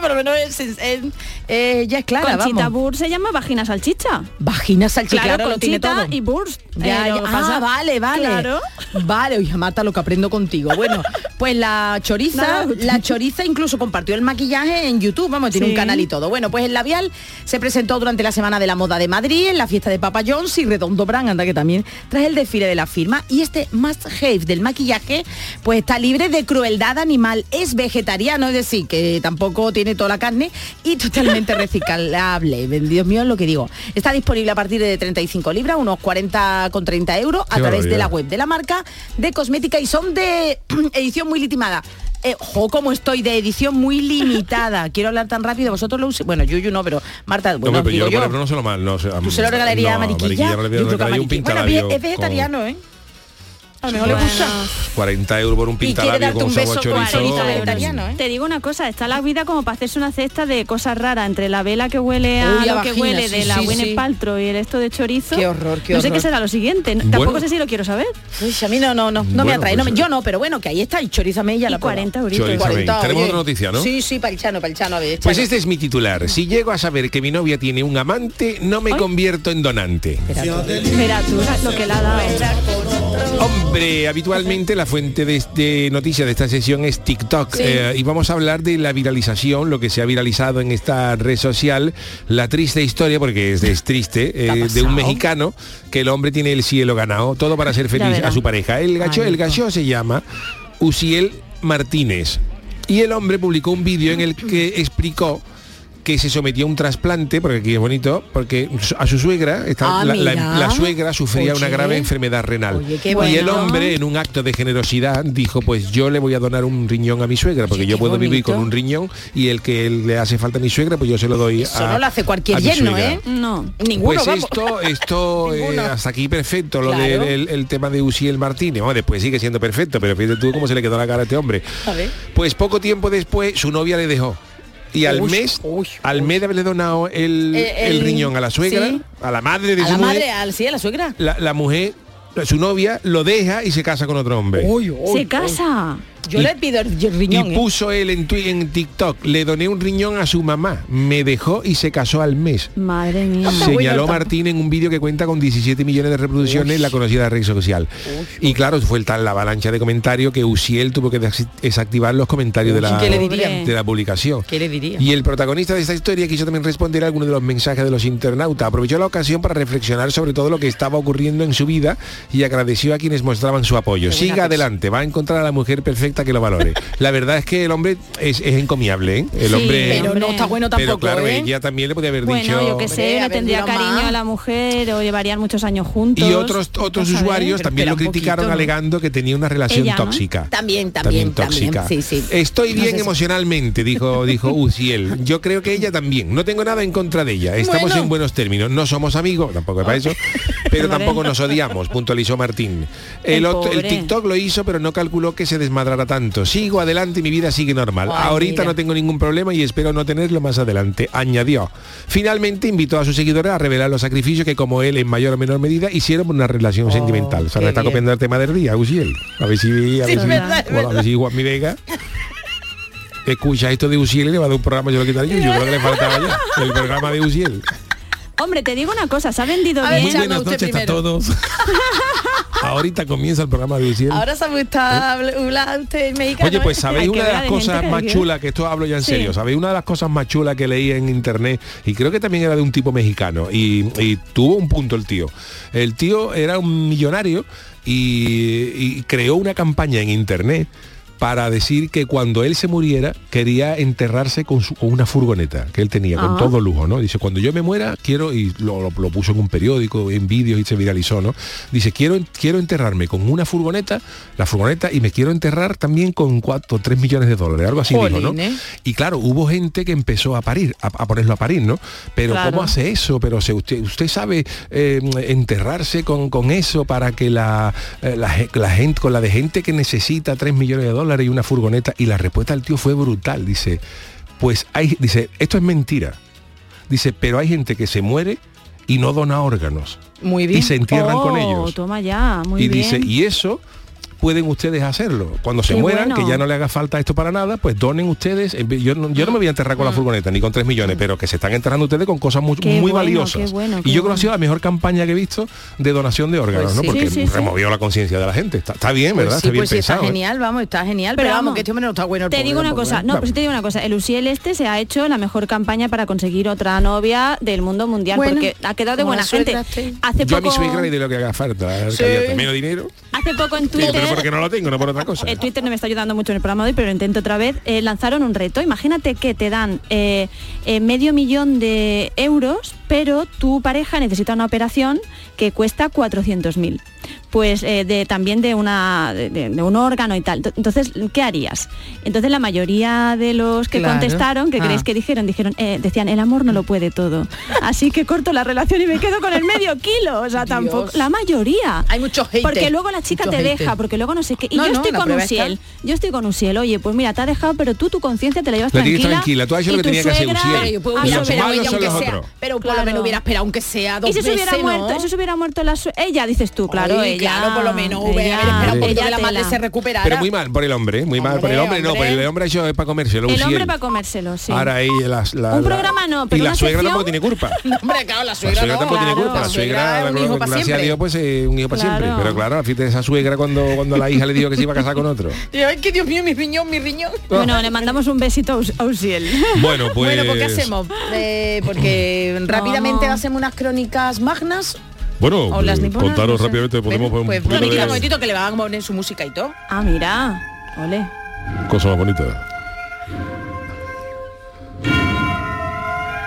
J: Por lo menos es, es- es- eh, ya es clara,
K: Conchita
J: vamos.
K: Burr se llama vagina salchicha.
J: Vagina salchicha,
K: Claro,
J: claro, lo tiene
K: Conchita
J: todo.
K: y Burst.
J: Ya,
K: Eh,
J: ya,
K: lo-
J: ah,
K: ah,
J: vale, vale.
K: claro.
J: Vale, oye, Marta, lo que aprendo contigo. Bueno, pues la choriza,
K: Nada, usted.
J: la choriza incluso compartió el maquillaje en YouTube, vamos, tiene
K: Sí.
J: un canal y todo. Bueno, pues el labial se presentó durante la Semana de la Moda de Madrid, en la fiesta de Papa John's y Redondo Brand, anda que también trae el desfile de la firma. Y este must have del maquillaje, pues está libre de crueldad animal, es vegetariano, es decir, que tampoco tiene toda la carne y totalmente reciclable. Ben- Dios mío, es lo que digo. Está disponible a partir de 35 libras, unos 40 con 30 euros, a
A: Qué
J: través de
A: barbaridad.
J: la web de la marca de cosmética y son de edición muy litimada. eh, jo, como estoy de edición muy limitada. Quiero hablar tan rápido. Vosotros lo uséis. Bueno, Yuyu no, pero Marta,
A: No,
J: bueno,
A: pero
J: digo
A: yo,
J: yo.
A: por ejemplo, no se lo mal. No, se,
J: ¿Tú se lo regalaría a Mariquilla?
A: no le voy a
J: Yo creo que a
A: regalar
J: Mariquilla- Bueno,
A: un
J: bien,
A: pintalabio.
J: es vegetariano, ¿eh? A lo mejor le
K: Bueno,
J: gusta.
A: 40 euros por un
J: quiere
A: pintalabio
J: darte
A: con
J: un
A: sabor a
J: beso con
A: chorizo.
J: chorizo vegetariano, ¿eh?
K: Te digo una cosa, está la vida como para hacerse una cesta de cosas raras entre la vela que huele a
J: Uy,
K: lo
J: a
K: que
J: vagina,
K: huele
J: sí,
K: de la
J: sí,
K: Winnie
J: sí.
K: Paltrow y el esto de chorizo.
J: Qué horror, qué
K: No sé qué
J: horror.
K: será lo siguiente. n- Tampoco sé si lo quiero saber.
J: Uy, a mí no, no, no, no me
A: Bueno,
J: atrae. no
A: pues,
J: me- yo no, pero bueno, que ahí está, el chorizo mella
K: Y
J: la prueba.
K: 40 euritos.
A: Chorizo. Isabel, tenemos otra noticia, ¿no?
J: Sí, sí, palchano, palchano, a ver,
A: Pues
J: échalo.
A: este es mi titular. Si llego a saber que mi novia tiene un amante, no me convierto en donante.
K: Mira tú lo que le ha dado.
A: Hombre, habitualmente la fuente de, de noticias de esta sesión es TikTok Eh, y vamos a hablar de la viralización, lo que se ha viralizado en esta red social, la triste historia, porque es, es triste, eh, de un mexicano que el hombre tiene el cielo ganado, todo para ser feliz
K: verás.
A: a su pareja. El gacho, el gacho se llama Usiel Martínez y el hombre publicó un vídeo en el que explicó que se sometió a un trasplante, porque aquí es bonito, porque a su suegra, está,
J: Ah,
A: la, la-
J: mira.
A: la suegra sufría una
J: Oye.
A: grave enfermedad renal.
J: Oye, qué
A: Y el
J: bueno.
A: hombre, en un acto de generosidad, dijo, pues yo le voy a donar un riñón a mi suegra, porque
J: Oye,
A: yo
J: qué
A: puedo vivir
J: bonito.
A: con un riñón y el que le hace falta a mi suegra, pues yo se lo doy
J: Eso
A: a
J: no lo hace cualquier
A: a mi
J: yerno,
A: suegra.
J: ¿eh?
K: No.
J: Ninguno,
A: pues
J: vamos.
A: esto, esto eh,
J: Ninguno.
A: hasta aquí perfecto, lo
J: Claro.
A: del el- el tema de Usiel Martínez. Bueno, después sigue siendo perfecto, pero fíjate tú cómo se le quedó la cara a este hombre.
J: A ver.
A: Pues poco tiempo después su novia le dejó. Y al
J: Uy,
A: mes,
J: uy,
A: al
J: uy.
A: mes de haberle donado
J: El-
A: el, el
J: el-
A: riñón a la suegra,
J: sí.
A: a la madre de
J: A
A: su
J: la
A: mujer,
J: madre, al sí, a la suegra.
A: la, la mujer, su novia, lo deja y se casa con otro hombre.
K: Se casa.
J: Yo
A: Y-
J: le pido el el riñón.
A: Y
J: ¿eh?
A: puso él en, twi- en TikTok, le doné un riñón a su mamá, me dejó y se casó al mes.
K: Madre mía.
J: Está bueno
A: Señaló
J: el tampo-
A: Martín en un vídeo que cuenta con 17 millones de reproducciones en la conocida red social. Y claro, fue tal la avalancha de comentarios que Usiel tuvo que des- desactivar los comentarios de la,
J: ¿Qué le
K: dirían?
A: de la publicación.
J: ¿Qué le diría?
A: Y el protagonista de esta historia quiso también responder a algunos de los mensajes de los internautas. Aprovechó la ocasión para reflexionar sobre todo lo que estaba ocurriendo en su vida y agradeció a quienes mostraban su apoyo. Siga adelante, va a encontrar a la mujer perfecta que lo valore. la verdad es que el hombre es, es encomiable, ¿eh? El
K: Sí,
A: hombre...
J: pero no
K: Hombre.
J: está bueno
A: pero
J: tampoco,
A: claro,
J: ¿eh?
A: ella también le podía haber dicho...
K: Bueno, yo qué
J: Hombre,
K: sé, le
J: haber
K: tendría
J: durado
K: cariño
J: más.
K: a la mujer o llevarían muchos años juntos.
A: Y otros otros
K: Vamos a ver.
A: usuarios
J: pero
A: también lo
J: espera un
A: criticaron
J: poquito, ¿no?
A: alegando que tenía una relación
K: Ella, ¿no?
A: tóxica.
J: También, también, también, sí, sí.
A: Estoy
J: No
A: bien
J: sé si-
A: emocionalmente, dijo dijo Uciel. Yo creo que ella también. No tengo nada en contra de ella. Estamos
J: Bueno.
A: en buenos términos. No somos amigos, tampoco es para eso, pero tampoco nos odiamos, puntualizó Martín. El,
K: El
A: otro- el
K: pobre.
A: TikTok lo hizo, pero no calculó que se desmadrara tanto. Sigo adelante y mi vida sigue normal.
J: Ay,
A: Ahorita
J: mira.
A: no tengo ningún problema y espero no tenerlo más adelante, añadió. Finalmente invitó a sus seguidores a revelar los sacrificios que como él en mayor o menor medida hicieron por una relación sentimental. O
J: Oh,
A: sea,
J: qué
A: le está
J: bien.
A: copiando el tema del día, Uciel. A ver si,
J: Sí,
A: a ver
J: es
A: si-
J: verdad, es
A: bueno, a ver si Juan Mi Vega escucha esto de Uciel y le va a dar un programa, yo lo quitaré yo, yo creo que le faltaba ya, el programa de Uciel.
K: Hombre, te digo una cosa, se ha vendido
J: A ver,
K: bien.
J: Chano, usted primero.
A: todos. Ahorita comienza el programa de Uciel.
J: Ahora sabe usted hablar usted mexicano.
A: ¿Eh? Oye, pues
J: ¿eh?
A: sabéis
K: Hay que
A: una de
K: ver
A: las
K: de gente
A: cosas
K: que
A: más
K: diga.
A: chulas, que esto hablo ya en
K: Sí.
A: serio, sabéis una de las cosas más chulas que leí en internet, y creo que también era de un tipo mexicano, y, y tuvo un punto el tío. El tío era un millonario y, y creó una campaña en internet para decir que cuando él se muriera quería enterrarse con, su- con una furgoneta que él tenía, con
K: Ah.
A: todo lujo, ¿no? Dice, cuando yo me muera, quiero, y lo, lo- lo puso en un periódico, en vídeos y se viralizó, ¿no? Dice, quiero, quiero enterrarme con una furgoneta, la furgoneta, y me quiero enterrar también con 4 o 3 millones de dólares, algo así dijo, ¿no?
J: Jolín, ¿eh?
A: Y claro, hubo gente que empezó a parir, a, a ponerlo a parir, ¿no? Pero
K: Claro.
A: ¿cómo hace eso? Pero se, usted, usted sabe eh, enterrarse con, con eso para que la, eh, la, ge- la gente, con la de gente que necesita 3 millones de dólares y una furgoneta. Y la respuesta del tío fue brutal. Dice, pues hay, dice, esto es mentira. Dice, pero hay gente que se muere y no dona órganos.
J: Muy bien.
A: Y se entierran
K: Oh,
A: con ellos
K: Toma ya, muy
A: y
K: bien.
A: dice, y eso pueden ustedes hacerlo. Cuando se
K: Qué
A: mueran,
K: bueno.
A: que ya no le haga falta esto para nada, pues donen ustedes. en vez- Yo no, yo no me voy a enterrar con la furgoneta ni con tres millones, pero que se están enterrando ustedes con cosas muy,
K: Mm. Qué
A: muy
K: bueno, qué
A: valiosas.
K: bueno,
A: y
K: qué
A: yo creo que ha
K: bueno.
A: sido la mejor campaña que he visto de donación de órganos,
J: Pues
A: ¿no?
J: sí.
A: Porque
K: Sí, sí, sí.
A: removió la conciencia de la gente. Está, está bien, ¿verdad?
J: Pues sí,
A: está bien
J: pues sí, está
A: pensado. ¿eh?
J: genial, vamos, está genial. Pero, vamos, que este hombre no está bueno. el
K: Te
J: pobre
K: digo una
J: tampoco,
K: cosa,
J: ¿eh?
K: no, pues, pero sí te digo una cosa, el Usiel este se ha hecho la mejor campaña para conseguir otra novia del mundo mundial,
J: Bueno,
K: porque ha quedado de
J: como
K: buena
J: la suegra
K: gente.
J: este.
K: Hace
A: Yo a mi
K: poco,
A: suegra le de lo que haga falta.
J: Sí.
A: callate, Menos dinero.
K: hace poco en
A: Digo,
K: Twitter,
A: pero porque no lo tengo, no por otra cosa.
J: ¿eh?
K: el Eh, Twitter no me está ayudando mucho en el programa de hoy, pero intento otra vez, eh, lanzaron un reto. Imagínate que te dan eh, eh, medio millón de euros, pero tu pareja necesita una operación que cuesta 400.000. pues eh, de, también de, una, de, de un órgano y tal. Entonces, ¿qué harías? Entonces la mayoría de los que
J: Claro.
K: contestaron, que
J: Ah.
K: creéis que dijeron, dijeron, eh, decían, el amor no lo puede todo. Así que corto la relación y me quedo con el medio kilo. O sea, tampoco.
J: Dios.
K: La mayoría.
J: Hay muchos haters,
K: Porque luego la chica
J: muchos
K: te
J: haters.
K: deja, porque luego no sé qué. Y
J: No,
K: yo
J: no,
K: estoy
J: la
K: con
J: prueba
K: un
J: está.
K: ciel. Yo estoy con un ciel. Oye, pues mira, te ha dejado, pero tú tu conciencia te la llevas
A: La tienes
K: tranquila.
A: tranquila, tú has hecho
K: y
A: lo que
K: tu
A: tenía que hacer, un
K: suegra
A: cielo.
J: Pero yo puedo
K: ha
J: hubiera
A: Los
J: esperado
A: malos
J: ella
A: son
J: aunque
A: los
J: sea,
A: otros.
J: pero por lo menos
K: Claro.
J: hubiera esperado aunque sea dos
K: y si se hubiera
J: veces, ¿no?
K: muerto, eso se hubiera muerto la su- ella, dices tú, claro,
J: Ay,
K: ella.
J: claro, por lo menos hubiera
K: ella-
J: haber esperado un poquito
K: ella
J: que la madre
K: tela.
J: se recuperara.
A: Pero muy mal por el hombre, ¿eh? muy mal por el
J: Hombre,
A: hombre, no, por
J: hombre.
A: el hombre eso es para comérselo. un
K: El hombre
A: cielo.
K: para comérselo, sí.
A: Ahora eh, ahí las, la-
K: Un
A: la-
K: programa no, pero
A: y la
K: una
A: suegra
K: sección-
A: tampoco tiene culpa.
J: No, hombre, claro, la
A: La
J: suegra,
A: suegra
J: no,
A: tampoco tiene
J: claro.
A: culpa. La suegra,
J: es un hijo para
A: gracias
J: siempre.
A: a Dios, pues eh, un hijo para
K: Claro.
A: siempre. Pero claro, fíjate esa suegra cuando, cuando la hija le dijo que se iba a casar con otro.
J: Ay, que Dios mío, mi riñón, mi riñón.
K: Bueno, le mandamos un besito a Us- a Usiel.
A: Bueno, pues.
J: Bueno, pues ¿qué hacemos? Eh, porque rápidamente hacemos unas crónicas magnas.
B: Bueno,
J: O las
A: mm,
B: eh,
J: niponas,
B: contaros
J: no sé.
B: rápidamente,
J: Ven,
B: podemos poner
J: pues,
B: un poquito
J: Mónica,
B: de
J: un momentito que le van a poner su música y todo.
K: Ah, mira. Ole.
B: cosa más bonita.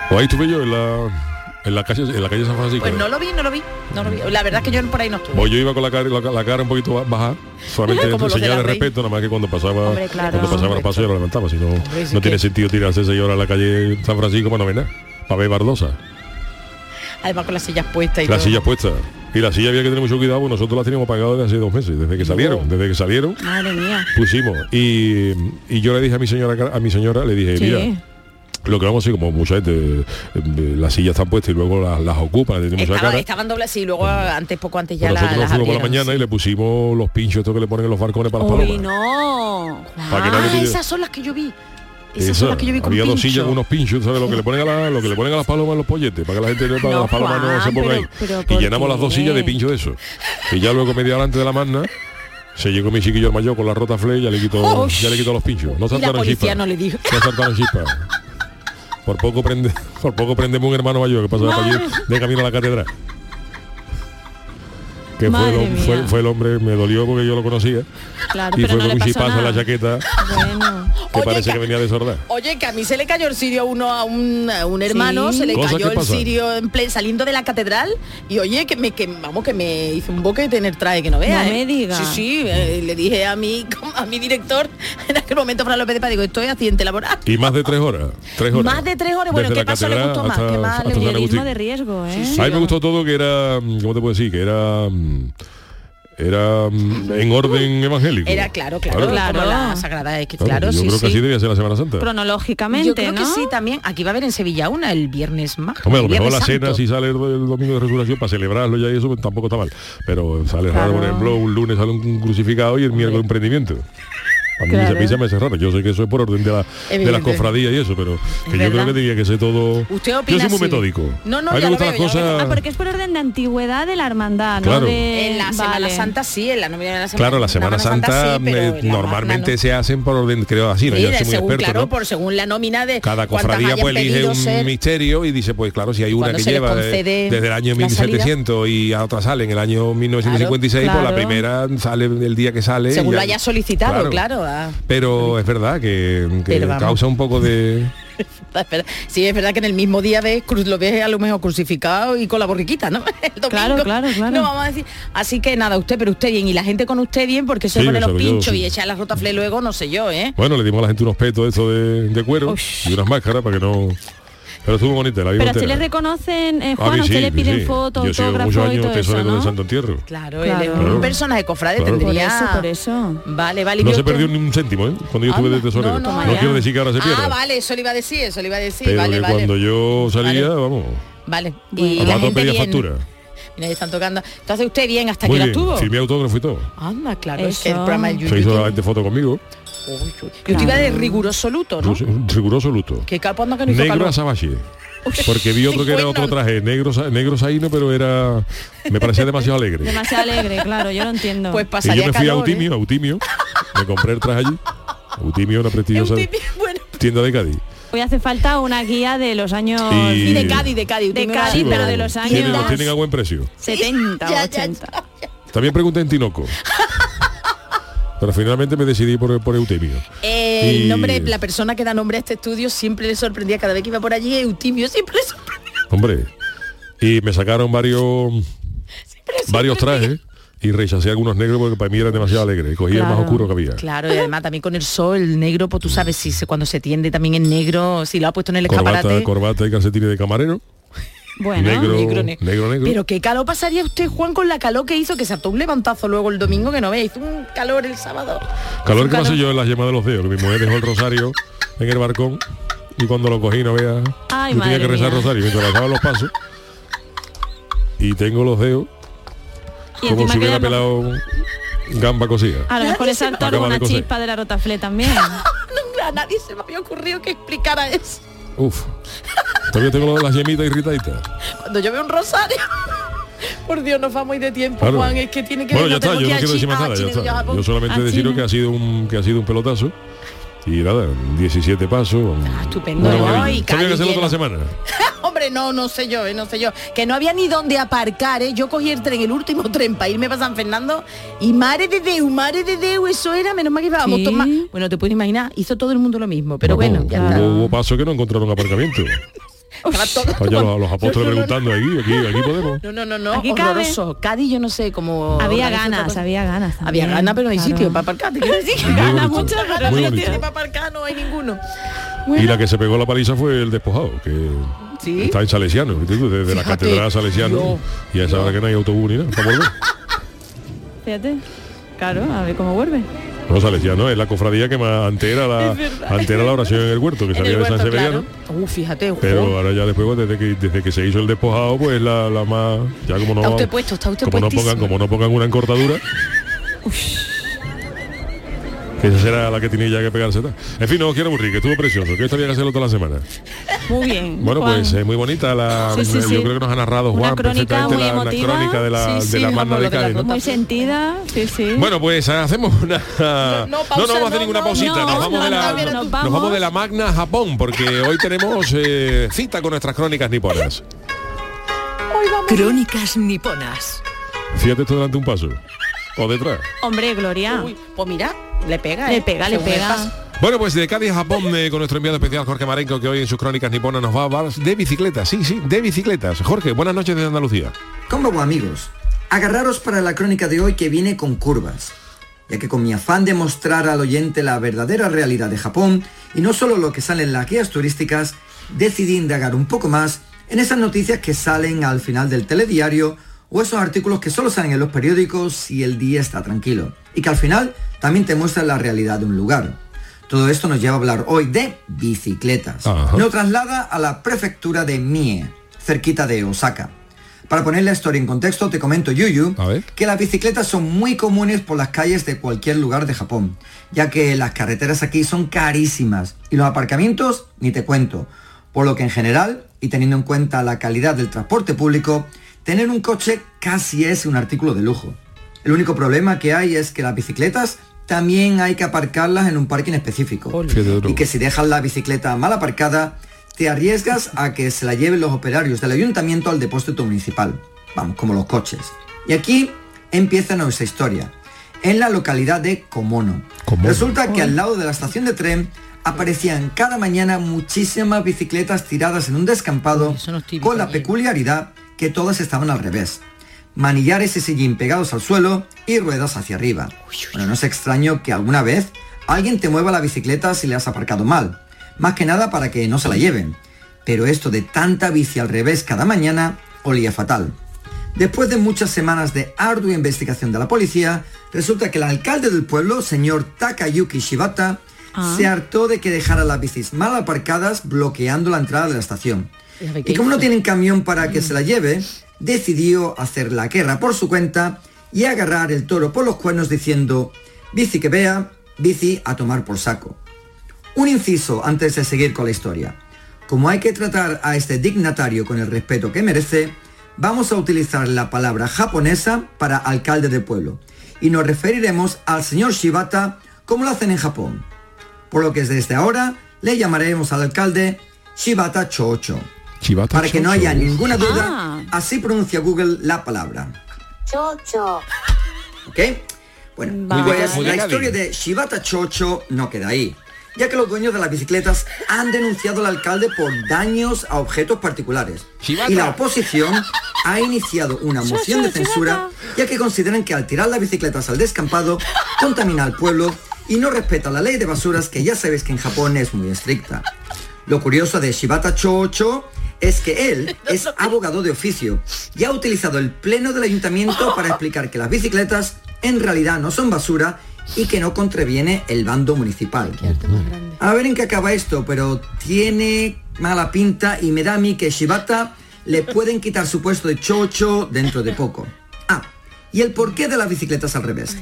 B: Pues ahí estuve yo en la, en la calle, en la calle San Francisco.
J: Pues no lo vi, no lo vi, no lo vi. La verdad es que yo por ahí no estuve.
B: Hoy yo iba con la cara, la, la cara un poquito ba- baja, solamente
J: Como
B: en
J: los de
B: señal
J: la
B: de
J: Rey.
B: respeto, nada más que cuando pasaba,
K: Hombre, claro.
B: cuando pasaba el paso yo la levantaba, si no,
J: sí
B: no tiene
J: que-
B: sentido tirarse seis horas a la calle San Francisco para no ver nada, para ver Bardosa.
J: Además con las sillas puestas y
B: Las
J: todo.
B: sillas puestas. Y las sillas había que tener mucho cuidado, porque nosotros las teníamos pagadas desde hace dos meses, desde que salieron, desde que salieron,
K: Madre mía.
B: pusimos. Y, y yo le dije a mi señora, a mi señora, le dije, mira,
K: Sí.
B: lo que vamos a hacer, como mucha gente, eh, eh, las sillas están puestas y luego las, las ocupan, le tenemos la
J: Estaba-
B: cara.
J: estaban dobles y luego antes, poco antes ya
B: Pues
J: la-
B: nosotros nos
J: las
B: fuimos por la
J: abrieron,
B: mañana
J: sí.
B: y le pusimos los pinchos estos que le ponen en los barcones para las
K: Uy,
B: palomas.
K: no.
B: Para que nadie
J: Ah,
B: pille-
J: esas son las que yo vi. Esas
B: Esa,
J: son las que yo vi con
B: había dos
J: pincho.
B: sillas con unos pinchos, ¿sabes? Lo que le ponen a, la- lo que le ponen a las palomas en los polletes, para que la gente no, para
K: No,
B: las palomas no se
K: Juan,
B: ponga
K: pero-
B: ahí.
K: pero
B: y
K: ¿por
B: llenamos las dos
K: qué?
B: sillas de pincho de eso. Y ya luego media hora antes de la magna, se llegó mi chiquillo el mayor con la rota fle y ya le quitó,
J: Oh,
B: ya le quitó los pinchos. No
J: Y la
B: saltaron
J: policía
B: chispas.
J: no le dijo.
B: No saltaron chispas. Por poco prende, por poco prendemos un hermano mayor que pasaba por allí de camino a la catedral. Que fue,
K: Madre
B: el hom- fue-
K: mía.
B: fue el hombre, me dolió porque yo lo conocía.
K: Claro,
B: Y
K: pero
B: fue
K: no
B: con
K: le
B: un
K: pasó
B: chipazo en la
K: nada.
B: chaqueta
K: Bueno.
B: que
J: Oye,
B: parece
J: ca-
B: que venía de sordar.
J: Oye, que a mí se le cayó el sirio a uno a un, a un hermano,
K: Sí.
J: se le
B: Cosas
J: cayó
B: que
J: el
B: pasan.
J: sirio en plen- saliendo de la catedral y oye que me que vamos que me hizo un boquete en el traje que no vea.
K: No
J: ¿eh?
K: me diga.
J: Sí, sí, eh, le dije a mi a mi director en aquel momento Fran López de Paz, digo, estoy accidente laboral.
B: Y más de tres horas. Tres horas.
J: Más de tres horas, bueno,
B: Desde
J: ¿qué
B: la
J: paso le
B: catedral
J: gustó más?
B: hasta-
J: ¿Qué más
B: hasta
J: le
B: San Agustín.
K: Periodismo de riesgo, ¿eh?
B: A mí me gustó todo que era, mm, ¿cómo te puedo decir? Que era mm, era mm, en orden evangélico.
J: Era claro, claro,
K: Claro.
J: como la sagrada es que claro,
B: yo
J: sí,
B: creo que
J: sí.
B: así debía ser la Semana Santa.
K: Cronológicamente,
J: Yo creo
K: ¿no?
J: que sí también. Aquí va a haber en Sevilla una el viernes más.
B: Hombre, a lo
J: el
B: mejor
J: viernes
B: la cena
J: santo.
B: si sale el, el domingo de resurrección para celebrarlo ya y eso pues, tampoco está mal. Pero sale raro, por ejemplo, un lunes sale un crucificado y el miércoles un prendimiento. A mí
K: Claro.
B: se me hace- me hace raro. Yo sé que eso es por orden de la, de las
J: Evidente.
B: cofradías y eso, pero que yo
J: verdad.
B: creo que tenía que ser todo.
J: ¿Usted
B: yo
J: opina
B: soy muy
J: así?
B: metódico.
J: No, no,
B: a mí
J: ya lo
B: me gustan las
J: veo, ya lo veo.
B: cosas.
K: Ah, porque es por orden de antigüedad de la hermandad, ¿no?
B: Claro.
K: De-
J: En la Semana
K: Vale.
J: Santa sí, en la novia de la Semana
A: Claro, la Semana Santa
J: sí, pero
A: eh,
J: en la
A: normalmente
J: Magna no.
A: se hacen por orden, creo así, ¿no?
J: Sí,
A: Yo
J: de
A: soy muy
J: según,
A: experto,
J: claro,
A: ¿no?
J: por según la nómina de
A: Cada
J: cuántas
A: cofradía
J: hayan
A: pues elige
J: pedido
A: un
J: ser.
A: misterio y dice, pues claro, si hay una
J: Cuando
A: que
J: se le
A: lleva de-
J: concede
A: desde el año
J: la salida.
A: 1700 y a otra sale en el año 1956, pues la
K: Claro.
A: primera sale el día que sale. y
J: Según
A: ya-
J: lo haya solicitado, claro. ah.
A: Pero es verdad que, que
J: Pero vamos.
A: causa un poco de...
J: Es verdad- Sí, es verdad que en el mismo día ves cruz, lo ves a lo mejor crucificado y con la borriquita, ¿no? El domingo.
K: Claro, claro, claro.
J: No vamos a decir. Así que nada, usted, pero usted bien y la gente con usted bien porque se
B: Sí,
J: pone
B: lo
J: los
B: sabe yo,
J: pinchos
B: sí.
J: y echa la rotafle luego, no sé yo, ¿eh?
B: Bueno, le dimos a la gente unos petos eso de, de cuero y unas máscaras para que no. Pero estuvo bonita, la vimos
K: Pero a usted le
B: entera.
K: reconocen, eh,
B: A
K: Juan,
B: mí
K: a usted
B: sí,
K: le
B: sí,
K: piden
B: sí.
K: foto,
B: Yo he sido
K: autógrafo
B: muchos
K: y
B: años
K: todo eso,
B: tesorero
K: ¿no?
B: de Santo Entierro.
J: Claro,
K: Claro.
J: él es un personaje cofrade,
B: Claro.
K: Por
J: tendría.
K: eso, por eso.
J: Vale, vale. ¿y
B: No
J: qué
B: se
J: otro?
B: perdió ni un céntimo, ¿eh? Cuando yo estuve
J: Anda,
B: de tesorero.
J: no,
B: No,
J: no,
K: ya.
B: quiero decir que ahora se pierda.
J: Ah, vale, eso le iba a decir, eso le iba a decir.
B: Pero
J: vale,
B: que
J: vale.
B: cuando yo salía,
J: Vale.
B: vamos,
J: Vale.
K: Bueno.
J: Y
B: al
J: la
B: rato
J: gente
B: pedía
J: bien.
B: factura.
J: Mira, ya están tocando. Entonces usted bien, hasta
B: Muy
J: que la
B: bien,
J: tuvo.
B: firmé autógrafo y todo.
J: Anda, claro, es
K: Eso.
J: que el programa del
B: Se
J: Yuyu
B: hizo la
J: tiene-
B: gente foto conmigo.
J: Y usted iba de riguroso luto, ¿no?
B: Rus- un Riguroso luto.
J: Que capo anda que no hizo
B: Negro
J: calor.
B: a Sabache. Porque vi otro que era
J: Bueno.
B: otro traje, negro, sa- negro saíno, pero era. Me parecía demasiado alegre.
K: Demasiado alegre, claro, yo lo entiendo.
J: Pues
B: Y
J: pasaría
B: yo me fui a
J: calor, ¿eh?
B: Eutimio, a Eutimio. Me compré el traje allí. Eutimio, una prestigiosa
J: Eutimio, bueno.
B: tienda de Cádiz.
K: Hoy hace falta una guía de los años
B: Y-
J: Y de Cádiz, de Cádiz.
K: De
J: Eutimio,
K: Cádiz,
J: sí,
K: pero
J: bueno.
K: de los años-
B: Tienen, los tienen a buen precio.
K: 70
J: Ya,
K: o
J: ya,
K: 80.
B: También pregunté en Tinoco. Pero finalmente me decidí por, por Eutimio.
J: Eh,
B: Y-
J: El nombre, la persona que da nombre a este estudio siempre le sorprendía cada vez que iba por allí, Eutimio siempre le sorprendía.
B: Hombre. Y me sacaron varios varios trajes. y rechacé algunos negros porque para mí eran demasiado alegres. y Cogí Pues el más
K: Claro.
B: oscuro que había.
J: Claro, y además también con el sol, el negro, pues tú sabes si se, cuando se tiende también en negro, si lo ha puesto en el
B: Corbata,
J: escaparate.
B: corbata y calcetines de camarero.
K: Bueno,
B: negro, negro,
J: ne-
B: negro.
J: Pero qué calor pasaría usted, Juan, con la calor que hizo, que saltó un levantazo luego el domingo, que no veis, hizo un calor el sábado.
B: Calor
J: Un
B: que pasé yo en las yemas de los dedos, que mi mujer dejó el rosario en el barcón y cuando lo cogí, no veas,
K: Ay,
B: yo tenía
K: madre
B: que rezar
K: mía.
B: rosario mientras bajaba los pasos y tengo los dedos
K: y
B: como
K: encima
B: si hubiera
K: quedan los-
B: pelado gamba cocida.
K: A lo mejor le saltó
B: Acaba de
K: alguna
B: coser.
K: chispa de la rotaflé también.
J: No, a nadie se me había ocurrido que explicara eso.
B: Uf. Todavía tengo lo de las yemitas irritaditas.
J: Cuando yo veo un rosario. Por Dios, nos vamos muy de tiempo,
B: Claro.
J: Juan, es que tiene que
B: Bueno, ya
J: nos
B: está,
J: tenemos que ir
B: yo no
J: a
B: quiero decir más
J: China,
B: nada, ya
J: a China y a
B: está.
J: Japón.
B: Yo solamente
K: A
B: deciros
K: China.
B: que ha sido un que ha sido un pelotazo y nada, 17 pasos.
J: Ah, estupendo,
B: una
J: ¿no?
B: maravilla.
J: Y
B: Tenía
J: Cali
B: que hacerlo toda la
J: lleno.
B: semana.
J: Hombre, no, no sé yo, eh, no sé yo. Que no había ni dónde aparcar, ¿eh? Yo cogí el tren, el último tren para irme para San Fernando y madre de Deu, madre de Deu, eso era, menos mal que íbamos
K: Sí.
J: toma- Bueno, te puedes imaginar, hizo todo el mundo lo mismo, pero
B: Vamos,
J: bueno, ya
B: hubo,
J: está.
B: hubo pasos que no encontraron aparcamiento.
J: Estaba todo-
B: Allá los, los apóstoles
J: No, no, no,
B: preguntando aquí, aquí, aquí podemos.
J: No, no, no, no,
K: Aquí cabe.
J: horroroso. Cádiz, yo no sé cómo...
K: Había
J: organiza otra
K: ganas,
J: cosa.
K: había ganas.
J: Había
K: también,
J: ganas, pero no hay
K: claro.
J: sitio para aparcar, te quiero decir.
B: Muy
K: Gana
B: bonito,
K: mucho, gana
B: muy
K: mucho.
B: bonito.
J: Tiene para aparcar, no hay ninguno.
B: Y la que se pegó la paliza fue el despojado, que
J: Sí.
B: está en Salesiano, ¿entiendes? desde la
J: Fíjate.
B: catedral a Salesiano.
J: No,
B: y a esa hora que no hay autobús ni nada, para volver.
K: Fíjate. Claro, a ver cómo vuelve.
B: No, Salesiano es la cofradía que más antes era la, antes era la oración en el huerto, que
J: En
B: salía
J: el
B: de San
J: huerto,
B: Severiano.
J: claro. Uh, fíjate, ojo.
B: Pero ahora ya después, pues, desde que, desde que se hizo el despojado, pues la, la más. Ya como no.
J: Está usted puesto, está usted
B: como no pongan,
J: puestísimo.
B: como no pongan una encortadura. Esa será la que tiene ya que pegarse. tal. En fin, no os quiero aburrir, que estuvo precioso, que esto había que hacerlo toda la semana.
K: Muy bien.
B: Bueno,
K: Juan.
B: pues es muy bonita la. eh,
K: Sí, sí,
B: yo
K: sí.
B: creo que nos ha narrado
K: Una
B: Juan
K: crónica
B: perfectamente
K: muy
B: la, la
K: emotiva.
B: crónica de la,
J: Sí,
B: de
J: sí,
B: la
J: vamos,
B: banda
J: lo
B: de
J: de la
B: Cádiz. ¿no?
K: Muy sentida, sí, sí.
B: Bueno, pues hacemos una. No,
J: no, pausa,
B: vamos a hacer
J: no,
B: ninguna
J: no,
B: pausita.
K: no,
B: nos, vamos
K: no,
B: de la,
K: no, no,
B: nos
K: vamos.
B: vamos de la Magna a Japón, porque hoy tenemos eh, cita con nuestras crónicas niponas.
H: Crónicas niponas.
B: Fíjate esto delante un paso. O detrás.
K: Hombre, Gloria.
J: Uy, pues mira, le pega,
K: Le
J: eh,
K: pega, le
J: según el
K: pega.
J: paso.
B: Bueno, pues de Cádiz a Japón eh, con nuestro enviado especial Jorge Marenco, que hoy en sus crónicas niponas nos va a hablar de bicicletas. Sí, sí, de bicicletas. Jorge, buenas noches desde Andalucía.
C: ¿Cómo va amigos? Agarraros para la crónica de hoy que viene con curvas, ya que con mi afán de mostrar al oyente la verdadera realidad de Japón y no solo lo que sale en las guías turísticas, decidí indagar un poco más en esas noticias que salen al final del telediario o esos artículos que solo salen en los periódicos si el día está tranquilo y que al final también te muestran la realidad de un lugar. Todo esto nos lleva a hablar hoy de bicicletas.
B: Ajá.
C: No traslada a la prefectura de Mie, cerquita de Osaka. Para poner la historia en contexto, te comento, Yuyu,
B: A ver.
C: que las bicicletas son muy comunes por las calles de cualquier lugar de Japón, ya que las carreteras aquí son carísimas y los aparcamientos ni te cuento. Por lo que en general, y teniendo en cuenta la calidad del transporte público, tener un coche casi es un artículo de lujo. El único problema que hay es que las bicicletas también hay que aparcarlas en un parking específico
B: Fíjate de otro.
C: y que si dejas la bicicleta mal aparcada, te arriesgas a que se la lleven los operarios del ayuntamiento al depósito municipal. Vamos, como los coches. Y aquí empieza nuestra historia, en la localidad de Comono.
B: Komono.
C: Resulta que al lado de la estación de tren aparecían cada mañana muchísimas bicicletas tiradas en un descampado
J: Uy, eso no estoy
C: con la
J: viendo.
C: peculiaridad que todas estaban al revés. Manillares y sillín pegados al suelo y ruedas hacia arriba. Bueno, no es extraño que alguna vez alguien te mueva la bicicleta si le has aparcado mal. Más que nada para que no se la lleven. Pero esto de tanta bici al revés cada mañana olía fatal. Después de muchas semanas de ardua investigación de la policía, resulta que el alcalde del pueblo, señor Takayuki Shibata,
K: Ah.
C: se hartó de que dejara las bicis mal aparcadas bloqueando la entrada de la estación.
J: Y a ver, ¿qué
C: Y como no
J: hizo?
C: tienen camión para que se la lleve, decidió hacer la guerra por su cuenta y agarrar el toro por los cuernos diciendo, bici que vea, bici a tomar por saco. Un inciso antes de seguir con la historia. Como hay que tratar a este dignatario con el respeto que merece, vamos a utilizar la palabra japonesa para alcalde de pueblo y nos referiremos al señor Shibata como lo hacen en Japón. Por lo que desde ahora le llamaremos al alcalde Shibata Chocho.
B: Chivata
C: Para que no
B: chocho.
C: haya ninguna duda,
K: Ah.
C: así pronuncia Google la palabra. ¿Ok? Bueno,
K: Vale.
C: pues
B: Muy de
C: la
B: Cádiz.
C: historia de Shibata Chocho no queda ahí, ya que los dueños de las bicicletas han denunciado al alcalde por daños a objetos particulares.
A: Chivata.
C: Y la oposición ha iniciado una moción de censura, ya que consideran que al tirar las bicicletas al descampado contamina al pueblo y no respeta la ley de basuras que ya sabéis que en Japón es muy estricta. Lo curioso de Shibata Chocho es que él es abogado de oficio y ha utilizado el pleno del ayuntamiento para explicar que las bicicletas en realidad no son basura y que no contraviene el bando municipal. A ver en qué acaba esto, pero tiene mala pinta y me da a mí que Shibata le pueden quitar su puesto de chocho dentro de poco. Ah, y el porqué de las bicicletas al revés.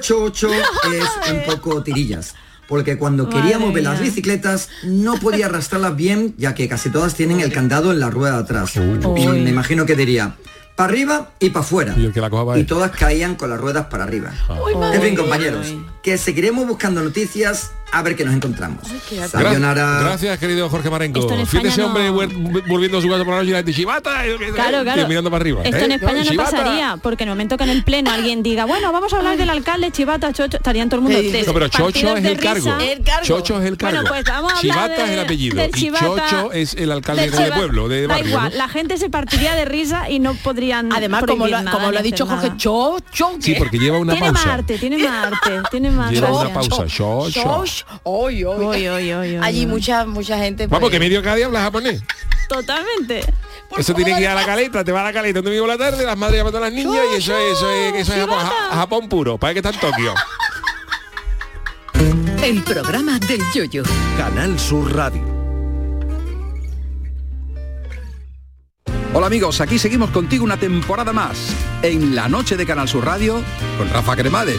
C: chocho es un poco tirillas, porque cuando quería
K: Madre
C: mover las
K: mía.
C: bicicletas no podía arrastrarlas bien, ya que casi todas tienen el candado en la rueda de atrás. Y
J: Uy.
C: me imagino que diría, para arriba y para afuera.
B: Y el que la coja va
C: Y
B: él.
C: todas caían con las ruedas para arriba. En fin, compañeros, que seguiremos buscando noticias a ver qué nos encontramos.
A: Gra-
C: Sayonara.
A: Gracias, querido Jorge Marenco.
K: Esto en
A: Fíjese,
K: España no-
A: hombre vuel- volviendo a su casa por la noche y la gente, "Shibata",
B: eh,
A: y-
K: Claro,
A: eh, y
K: claro.
A: mirando para arriba.
K: Esto en
A: ¿eh?
K: España no
A: "Shibata".
K: pasaría, porque en el momento que en el pleno alguien diga, bueno, vamos a hablar del alcalde Chivata, Chocho, estarían todo el mundo
J: Sí,
K: des-
J: no,
A: pero Chocho
K: partidos
A: es
K: de
A: el cargo.
K: risa.
J: El cargo.
A: Chocho es el cargo.
K: Bueno, pues vamos a hablar
A: Chivata
K: de-
A: es el apellido.
K: del
A: Y
K: Chivata.
A: Chocho es el alcalde
K: Del
A: de,
K: Chivata.
A: pueblo, de
K: Da
A: barrio.
K: igual,
A: ¿no?
K: la gente se partiría de risa y no podrían
J: Además, como
K: prohibir
J: lo,
K: nada,
J: como
K: ni
J: lo ha
K: hacer
J: dicho Jorge,
K: nada.
J: cho, cho,
A: Sí,
J: ¿qué?
A: porque lleva una
K: tiene
A: pausa.
K: más arte, tiene más arte, tiene más
A: Lleva
K: arte.
A: una pausa. Cho, cho.
J: Cho, cho. Oy, oy.
K: Oy, oy, oy, oy,
J: Allí
K: oy.
J: mucha mucha gente.
A: Vamos,
J: pues,
A: que medio cada día habla japonés.
K: Totalmente.
J: por
A: Eso
J: favor,
A: tiene que ir a la caleta, te va a la caleta un domingo por la tarde, las madres llamando a las niñas y eso es, eso es, eso es Japón,
K: Shibata.
A: Ja- Japón puro, parece que está en Tokio.
H: El programa del yoyo.
D: Canal Sur Radio. Hola amigos, aquí seguimos contigo una temporada más en la noche de Canal Sur Radio con Rafa Cremades.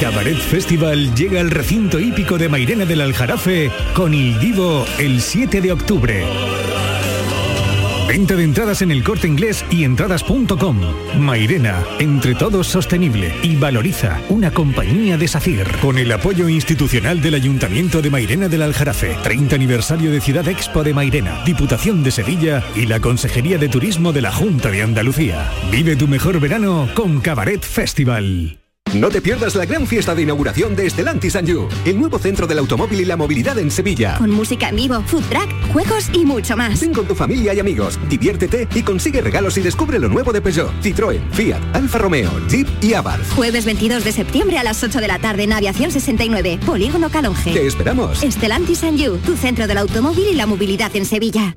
E: Cabaret Festival llega al recinto hípico de Mairena del Aljarafe con Il Divo el 7 de octubre. Venta de entradas en el corte inglés y entradas.com. Mairena, entre todos sostenible y valoriza una compañía de SACIR. Con el apoyo institucional del Ayuntamiento de Mairena del Aljarafe, 30 aniversario de Ciudad Expo de Mairena, Diputación de Sevilla y la Consejería de Turismo de la Junta de Andalucía. Vive tu mejor verano con Cabaret Festival.
D: No te pierdas la gran fiesta de inauguración de Estelantis and You, el nuevo centro del automóvil y la movilidad en Sevilla.
F: Con música en vivo, food track, juegos y mucho más.
D: Ven con tu familia y amigos, diviértete y consigue regalos y descubre lo nuevo de Peugeot, Citroën, Fiat, Alfa Romeo, Jeep y Abarth.
F: Jueves 22 de septiembre a las 8 de la tarde en Aviación 69, Polígono
D: Te
F: Calonge.
D: esperamos.
F: Estelantis and You, tu centro del automóvil y la movilidad en Sevilla.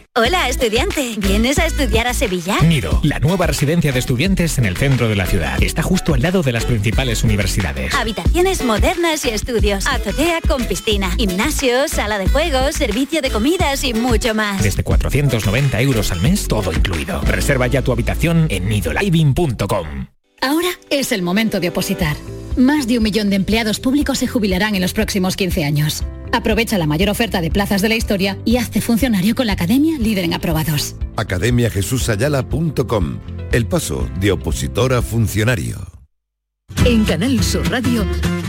F: Hola, estudiante. ¿Vienes a estudiar a Sevilla?
E: Nido, la nueva residencia de estudiantes en el centro de la ciudad. Está justo al lado de las principales universidades.
F: Habitaciones modernas y estudios. Azotea con piscina. Gimnasio, sala de juegos, servicio de comidas y mucho más.
E: Desde 490 euros al mes, todo incluido. Reserva ya tu habitación en nidoliving.com.
F: Ahora es el momento de opositar. Más de un millón de empleados públicos se jubilarán en los próximos 15 años. Aprovecha la mayor oferta de plazas de la historia y hazte funcionario con la Academia Líder en Aprobados.
D: AcademiaJesusAyala.com El paso de opositor a funcionario.
H: En Canal Sur Radio,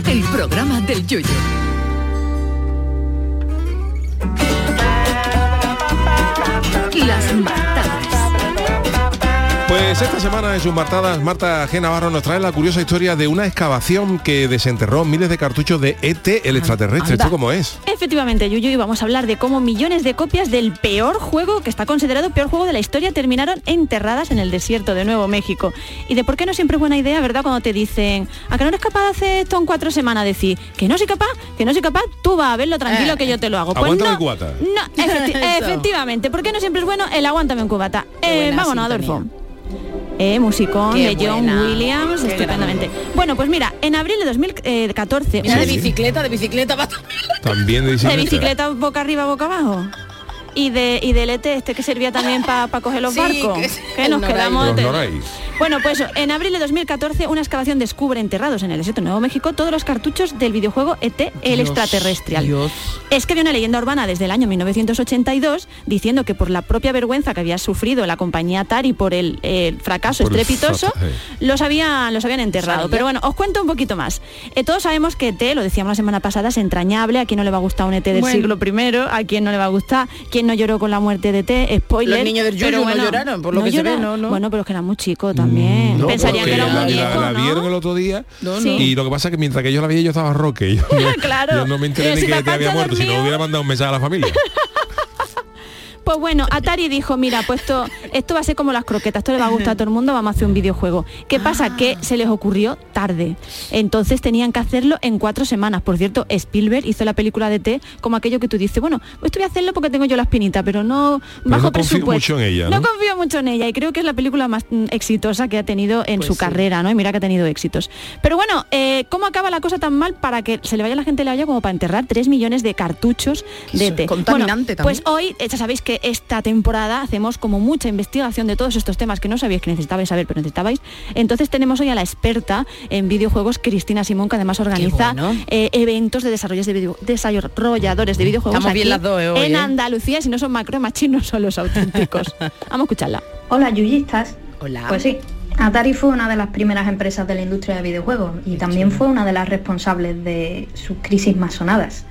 H: el programa del yoyo. Las matadas.
A: Pues Pues esta semana en sus martadas, Marta G. Navarro nos trae la curiosa historia de una excavación que desenterró miles de cartuchos de ET, el extraterrestre.
K: anda.
A: ¿Esto cómo es?
K: Efectivamente, Yuyu, y vamos a hablar de cómo millones de copias del peor juego, que está considerado peor juego de la historia, terminaron enterradas en el desierto de Nuevo México. Y de por qué no siempre es buena idea, ¿verdad? Cuando te dicen, ¿a que no eres capaz de hacer esto en cuatro semanas? Decir, que no soy capaz, que no soy capaz, tú vas a verlo tranquilo que yo te lo hago. Pues
A: Aguántame
K: no,
A: el cubata.
K: no, efecti-
L: Eso.
K: efectivamente, ¿por qué no siempre es bueno el aguántame un cubata? Eh, vámonos, Adolfo. Eh, musicón
J: Qué
K: de John
J: buena.
K: Williams,
J: Qué
K: estupendamente. Bueno, pues mira, en abril de 2014...
J: Mira, de
K: Sí.
J: bicicleta, de bicicleta, va
A: También de
K: De bicicleta boca arriba, boca abajo. Y, de, y del ET este que servía también para coger los
J: Sí,
K: barcos.
J: que-
K: Que, nos
J: el Noray.
K: quedamos...
A: Los
K: de-
A: Norais.
K: Bueno, pues eso, en abril de 2014 una excavación descubre enterrados en el desierto de Nuevo México todos los cartuchos del videojuego ET el extraterrestre. Es que había una leyenda urbana desde el año 1982 diciendo que por la propia vergüenza que había sufrido la compañía Atari por el, eh, fracaso
M: Por el
K: estrepitoso,
M: fracaso, eh.
A: eh,
K: los habían, los habían enterrado. Pero bueno, os cuento un poquito más. Eh, todos sabemos que ET, lo decíamos la semana pasada, es entrañable. A quien no le va a gustar un ET del
J: Bueno.
K: siglo primero, a quien no le va a gustar, quien no lloró con la muerte de ET, spoiler.
J: Los niños del
K: pero
J: Yuyu no
K: bueno,
J: lloraron, por lo que se ve,
K: lloraron.
J: ¿no? ¿no?
K: Bueno, pero es que era muy chico
M: Mm,
K: también.
A: No,
K: Pensaría que
A: porque
K: era un
A: la,
K: muñeco,
A: la- la
K: ¿no?
A: vieron el otro día
K: No, no.
A: y lo que pasa es que mientras que yo la veía yo estaba roque. Yo no,
K: Claro.
A: yo no me enteré
K: Eh,
A: ni
K: si
A: que te
K: papá
A: había
K: se
A: muerto, si no
K: durmió.
A: hubiera mandado un mensaje a la familia.
K: Pues bueno, Atari dijo, mira, pues esto, esto va a ser como las croquetas, esto le va a gustar a todo el mundo, vamos a hacer un videojuego. ¿Qué pasa? Que se les ocurrió tarde. Entonces tenían que hacerlo en cuatro semanas. Por cierto, Spielberg hizo la película de T como aquello que tú dices, bueno, pues esto voy a hacerlo porque tengo yo la espinita, pero no
A: Pero
K: bajo
A: no confío
K: presupuesto.
A: mucho en ella, ¿no?
K: confío mucho en ella y creo que es la película más mm, exitosa que ha tenido
J: Pues
K: en su carrera, ¿no? Y mira que ha tenido éxitos. Pero bueno, eh, ¿cómo acaba la cosa tan mal para que se le vaya la gente a la olla como para enterrar 3 millones de cartuchos de
J: Eso es
K: té? Bueno,
J: contaminante también.
K: Pues hoy, eh, ya sabéis que esta temporada hacemos como mucha investigación de todos estos temas que no sabíais que necesitabais saber, pero necesitabais. Entonces tenemos hoy a la experta en videojuegos, Cristina Simón, que además organiza eh, eventos de desarrollos de video- desarrolladores de videojuegos
J: Estamos bien
K: Este aquí
J: las dos, eh, hoy,
K: en
J: eh.
K: Andalucía. Si no son macro, machis no son los auténticos. Vamos a escucharla.
N: Hola, yuyistas.
J: Hola.
N: Pues sí, Atari fue una de las primeras empresas de la industria de videojuegos y también fue una de las responsables de sus crisis más sonadas.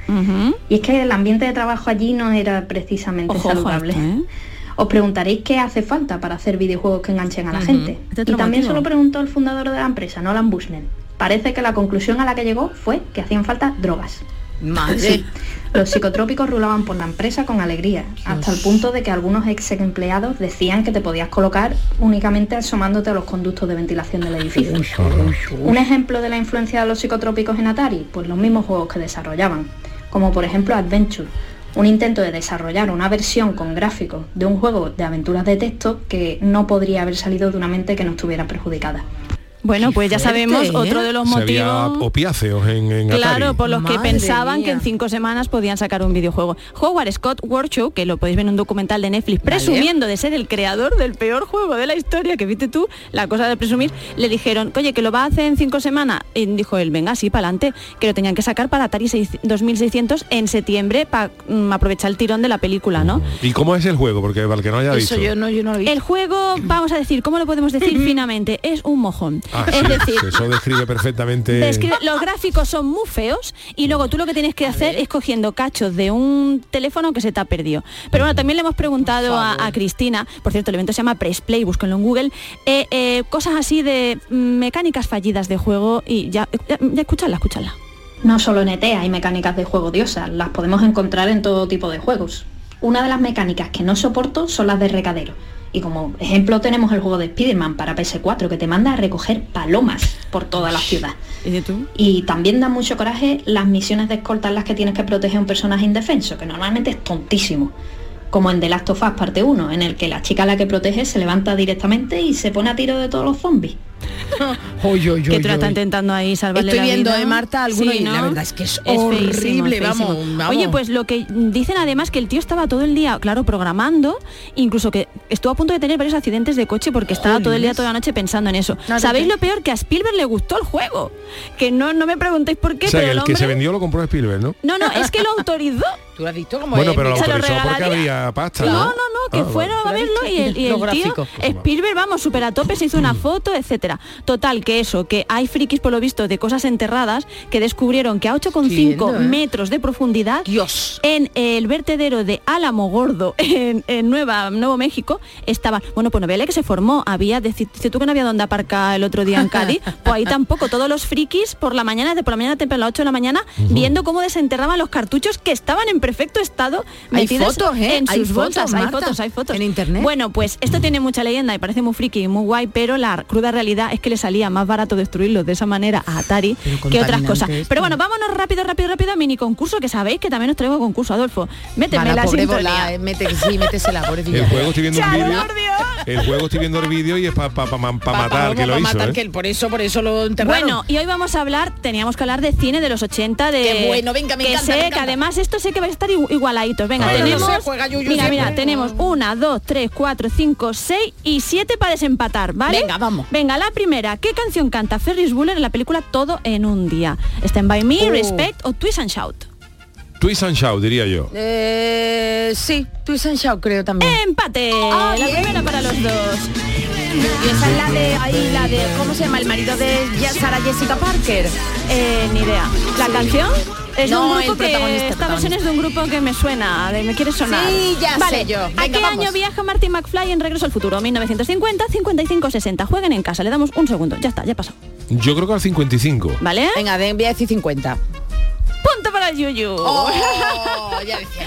N: Y es que el ambiente de trabajo allí no era precisamente
K: Ojo, ojo
N: saludable.
K: a esto, ¿eh?
N: Os preguntaréis qué hace falta para hacer videojuegos que enganchen a la
K: Ujú.
N: gente.
K: Este es
N: y
K: otro
N: también
K: motivo.
N: se lo preguntó el fundador de la empresa, Nolan Bushnell. Parece que la conclusión a la que llegó fue que hacían falta drogas.
J: Madre.
N: Sí, Los psicotrópicos rulaban por la empresa con alegría, hasta el punto de que algunos ex empleados decían que te podías colocar únicamente asomándote a los conductos de ventilación del edificio. Un ejemplo de la influencia de los psicotrópicos en Atari, pues los mismos juegos que desarrollaban, como por ejemplo Adventure, un intento de desarrollar una versión con gráficos de un juego de aventuras de texto que no podría haber salido de una mente que no estuviera perjudicada.
K: Bueno, pues ya sabemos
N: ¿eh?
K: otro de los
A: Se había
K: motivos.
A: opiáceos en, en
K: Claro,
A: Atari.
K: por los que
J: Madre
K: pensaban
J: mía.
K: que en cinco semanas podían sacar un videojuego. Howard Scott Warshaw, que lo podéis ver en un documental de Netflix, presumiendo de ser el creador del peor juego de la historia, que viste tú, la cosa de presumir, le dijeron, oye, que lo va a hacer en cinco semanas. Y dijo él, venga, sí, para adelante, que lo tenían que sacar para Atari 6- 2600 en septiembre para aprovechar el tirón de la película, ¿no?
A: ¿Y cómo es el juego? Porque para el que no haya visto.
J: no, yo no lo
K: El juego, vamos a decir, ¿cómo lo podemos decir finamente? Es un mojón.
A: Ah,
K: es
A: sí,
K: decir,
A: eso describe perfectamente.
K: Describe- los gráficos son muy feos y luego tú lo que tienes que hacer es cogiendo cachos de un teléfono que se te ha perdido. Pero bueno, también le hemos preguntado a, a Cristina, por cierto, el evento se llama Press Play, búsquenlo en Google, eh, eh, cosas así de mm, mecánicas fallidas de juego y ya, eh, ya, ya escuchadla, escuchadla.
N: No solo en ET hay mecánicas de juego diosas, las podemos encontrar en todo tipo de juegos. Una de las mecánicas que no soporto son las de recadero. Y como ejemplo tenemos el juego de Spider-Man para PS4 que te manda a recoger palomas por toda la ciudad. Y también dan mucho coraje las misiones de escolta en las que tienes que proteger a un personaje indefenso, que normalmente es tontísimo. Como en The Last of Us parte 1, en el que la chica a la que protege se levanta directamente y se pone a tiro de todos los zombies.
K: que tú la estás intentando ahí salvarle
J: Estoy
K: la
J: viendo,
K: vida.
J: eh, Marta, alguno
K: Sí,
J: y la
K: ¿no?
J: verdad es que es,
K: feísimo,
J: horrible,
K: es feísimo.
J: vamos, vamos.
K: Oye, pues lo que dicen además que el tío estaba todo el día, claro, programando, incluso que estuvo a punto de tener varios accidentes de coche porque estaba todo el día,
J: Jolines.
K: toda la noche pensando en eso.
J: No, no,
K: ¿Sabéis
J: no.
K: lo peor? Que a Spielberg le gustó el juego. Que no, no me preguntéis por qué,
A: o sea, que
K: pero
A: el
K: el
A: que se
K: hombre-
A: vendió lo compró Spielberg, ¿no?
K: No, no, es que lo autorizó.
J: ¿Tú lo has visto como
A: Bueno,
J: es?
A: pero lo
K: Se lo
A: autorizó porque
K: regalaría.
A: había pasta,
K: No,
A: ¿no? Ah,
K: no, no, que fueron a verlo y el, y el
J: Los
K: tío
J: gráficos.
K: Pues Spielberg, vamos, super a tope, se hizo una foto, etcétera. Total, que eso, que hay frikis por lo visto de cosas enterradas que descubrieron que a 8,5
J: Entiendo, ¿eh?
K: metros de profundidad en el vertedero de Álamo Gordo en, en Nueva, Nuevo México estaba, bueno, pues no veía la que se formó, había, decir tú que no había donde aparcar el otro día en Cádiz, pues ahí tampoco, todos los frikis por la mañana, de por la mañana temprano a las 8 de la mañana, viendo cómo desenterraban los cartuchos que estaban en perfecto estado
J: Hay
K: metidos
J: fotos, ¿eh?
K: en
J: Hay
K: sus
J: fotos,
K: bolsas, hay
J: Marta,
K: fotos, hay fotos. En internet. Bueno, pues esto tiene mucha leyenda y parece muy friki y muy guay, pero la cruda realidad es que le salía más barato destruirlos de esa manera a Atari que otras
J: contaminante este.
K: cosas.
J: esto.
K: Pero bueno, vámonos rápido, rápido, rápido a mini concurso, que sabéis que también os traigo concurso, Adolfo. Méteme
J: Mala,
K: la
J: pobre
K: sintonía.
J: bola, eh, mete, sí, métesela, pobrecilla.
A: El juego estoy viendo un
J: Charo,
A: vídeo.
J: por
A: El juego estoy viendo el vídeo y es para matar
J: Vamos
A: que lo
J: a
A: hizo.
J: matar
A: ¿eh?
J: que el- por eso, por eso lo enterraron.
K: Bueno, y hoy vamos a hablar, teníamos que hablar de cine de los 80, de...
J: Qué bueno, venga, me
K: que
J: encanta,
K: sé,
J: me
K: que
J: encanta.
K: además esto sé que va a estar igu- igualaditos. Venga,
J: Ay, no
K: tenemos...
J: sé, juega Yuyu
K: mira,
J: siempre.
K: mira, tenemos una, dos, tres, cuatro, cinco, seis y siete para desempatar, ¿vale? Venga, vamos. Venga, la primera. ¿Qué canción canta Ferris Bueller en la película Todo en un día? Stand By Me,
A: Oh.
K: Respect o Twist and Shout.
A: Twist and shout, diría yo.
J: Eh, sí, Twist and Shout creo también. eh.
K: ¡Empate! la primera para los dos.
J: Y esa es la de, ahí, la de, ¿cómo se llama? El marido de Ye- Sarah Jessica Parker.
K: Eh, ni idea. ¿La canción? Es de
J: No,
K: un
J: el
K: grupo
J: protagonista,
K: que
J: el
K: esta versión
J: protagonista.
K: es de un grupo que me suena, de me quiere sonar.
J: Sí, ya sé
K: vale.
J: yo.
K: ¿A
J: Venga,
K: qué
J: vamos.
K: año viaja Martin McFly en Regreso al Futuro? 1950, 55, 60. Jueguen en casa, le damos un segundo. Ya está, ya pasó.
A: Yo creo que al 55.
K: ¿Vale?
J: Venga, de, voy a decir 50.
K: Punto para Yuyu.
J: Oh, ya decía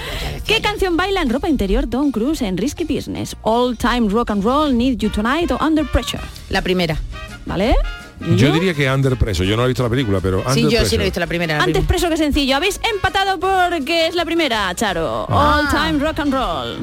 K: ¿Qué canción baila en ropa interior Don Cruz en Risky Business? All Time Rock and Roll, Need You Tonight o Under Pressure.
J: La primera.
K: ¿Vale?
A: Yo diría que Under Preso. Yo no he visto la película, pero Under
J: Sí, yo sí
A: Pressure.
J: lo he visto la primera. la
K: Antes
J: primera.
K: preso que sencillo. Habéis empatado porque es la primera, Charo.
J: Ah.
K: All Time Rock and Roll.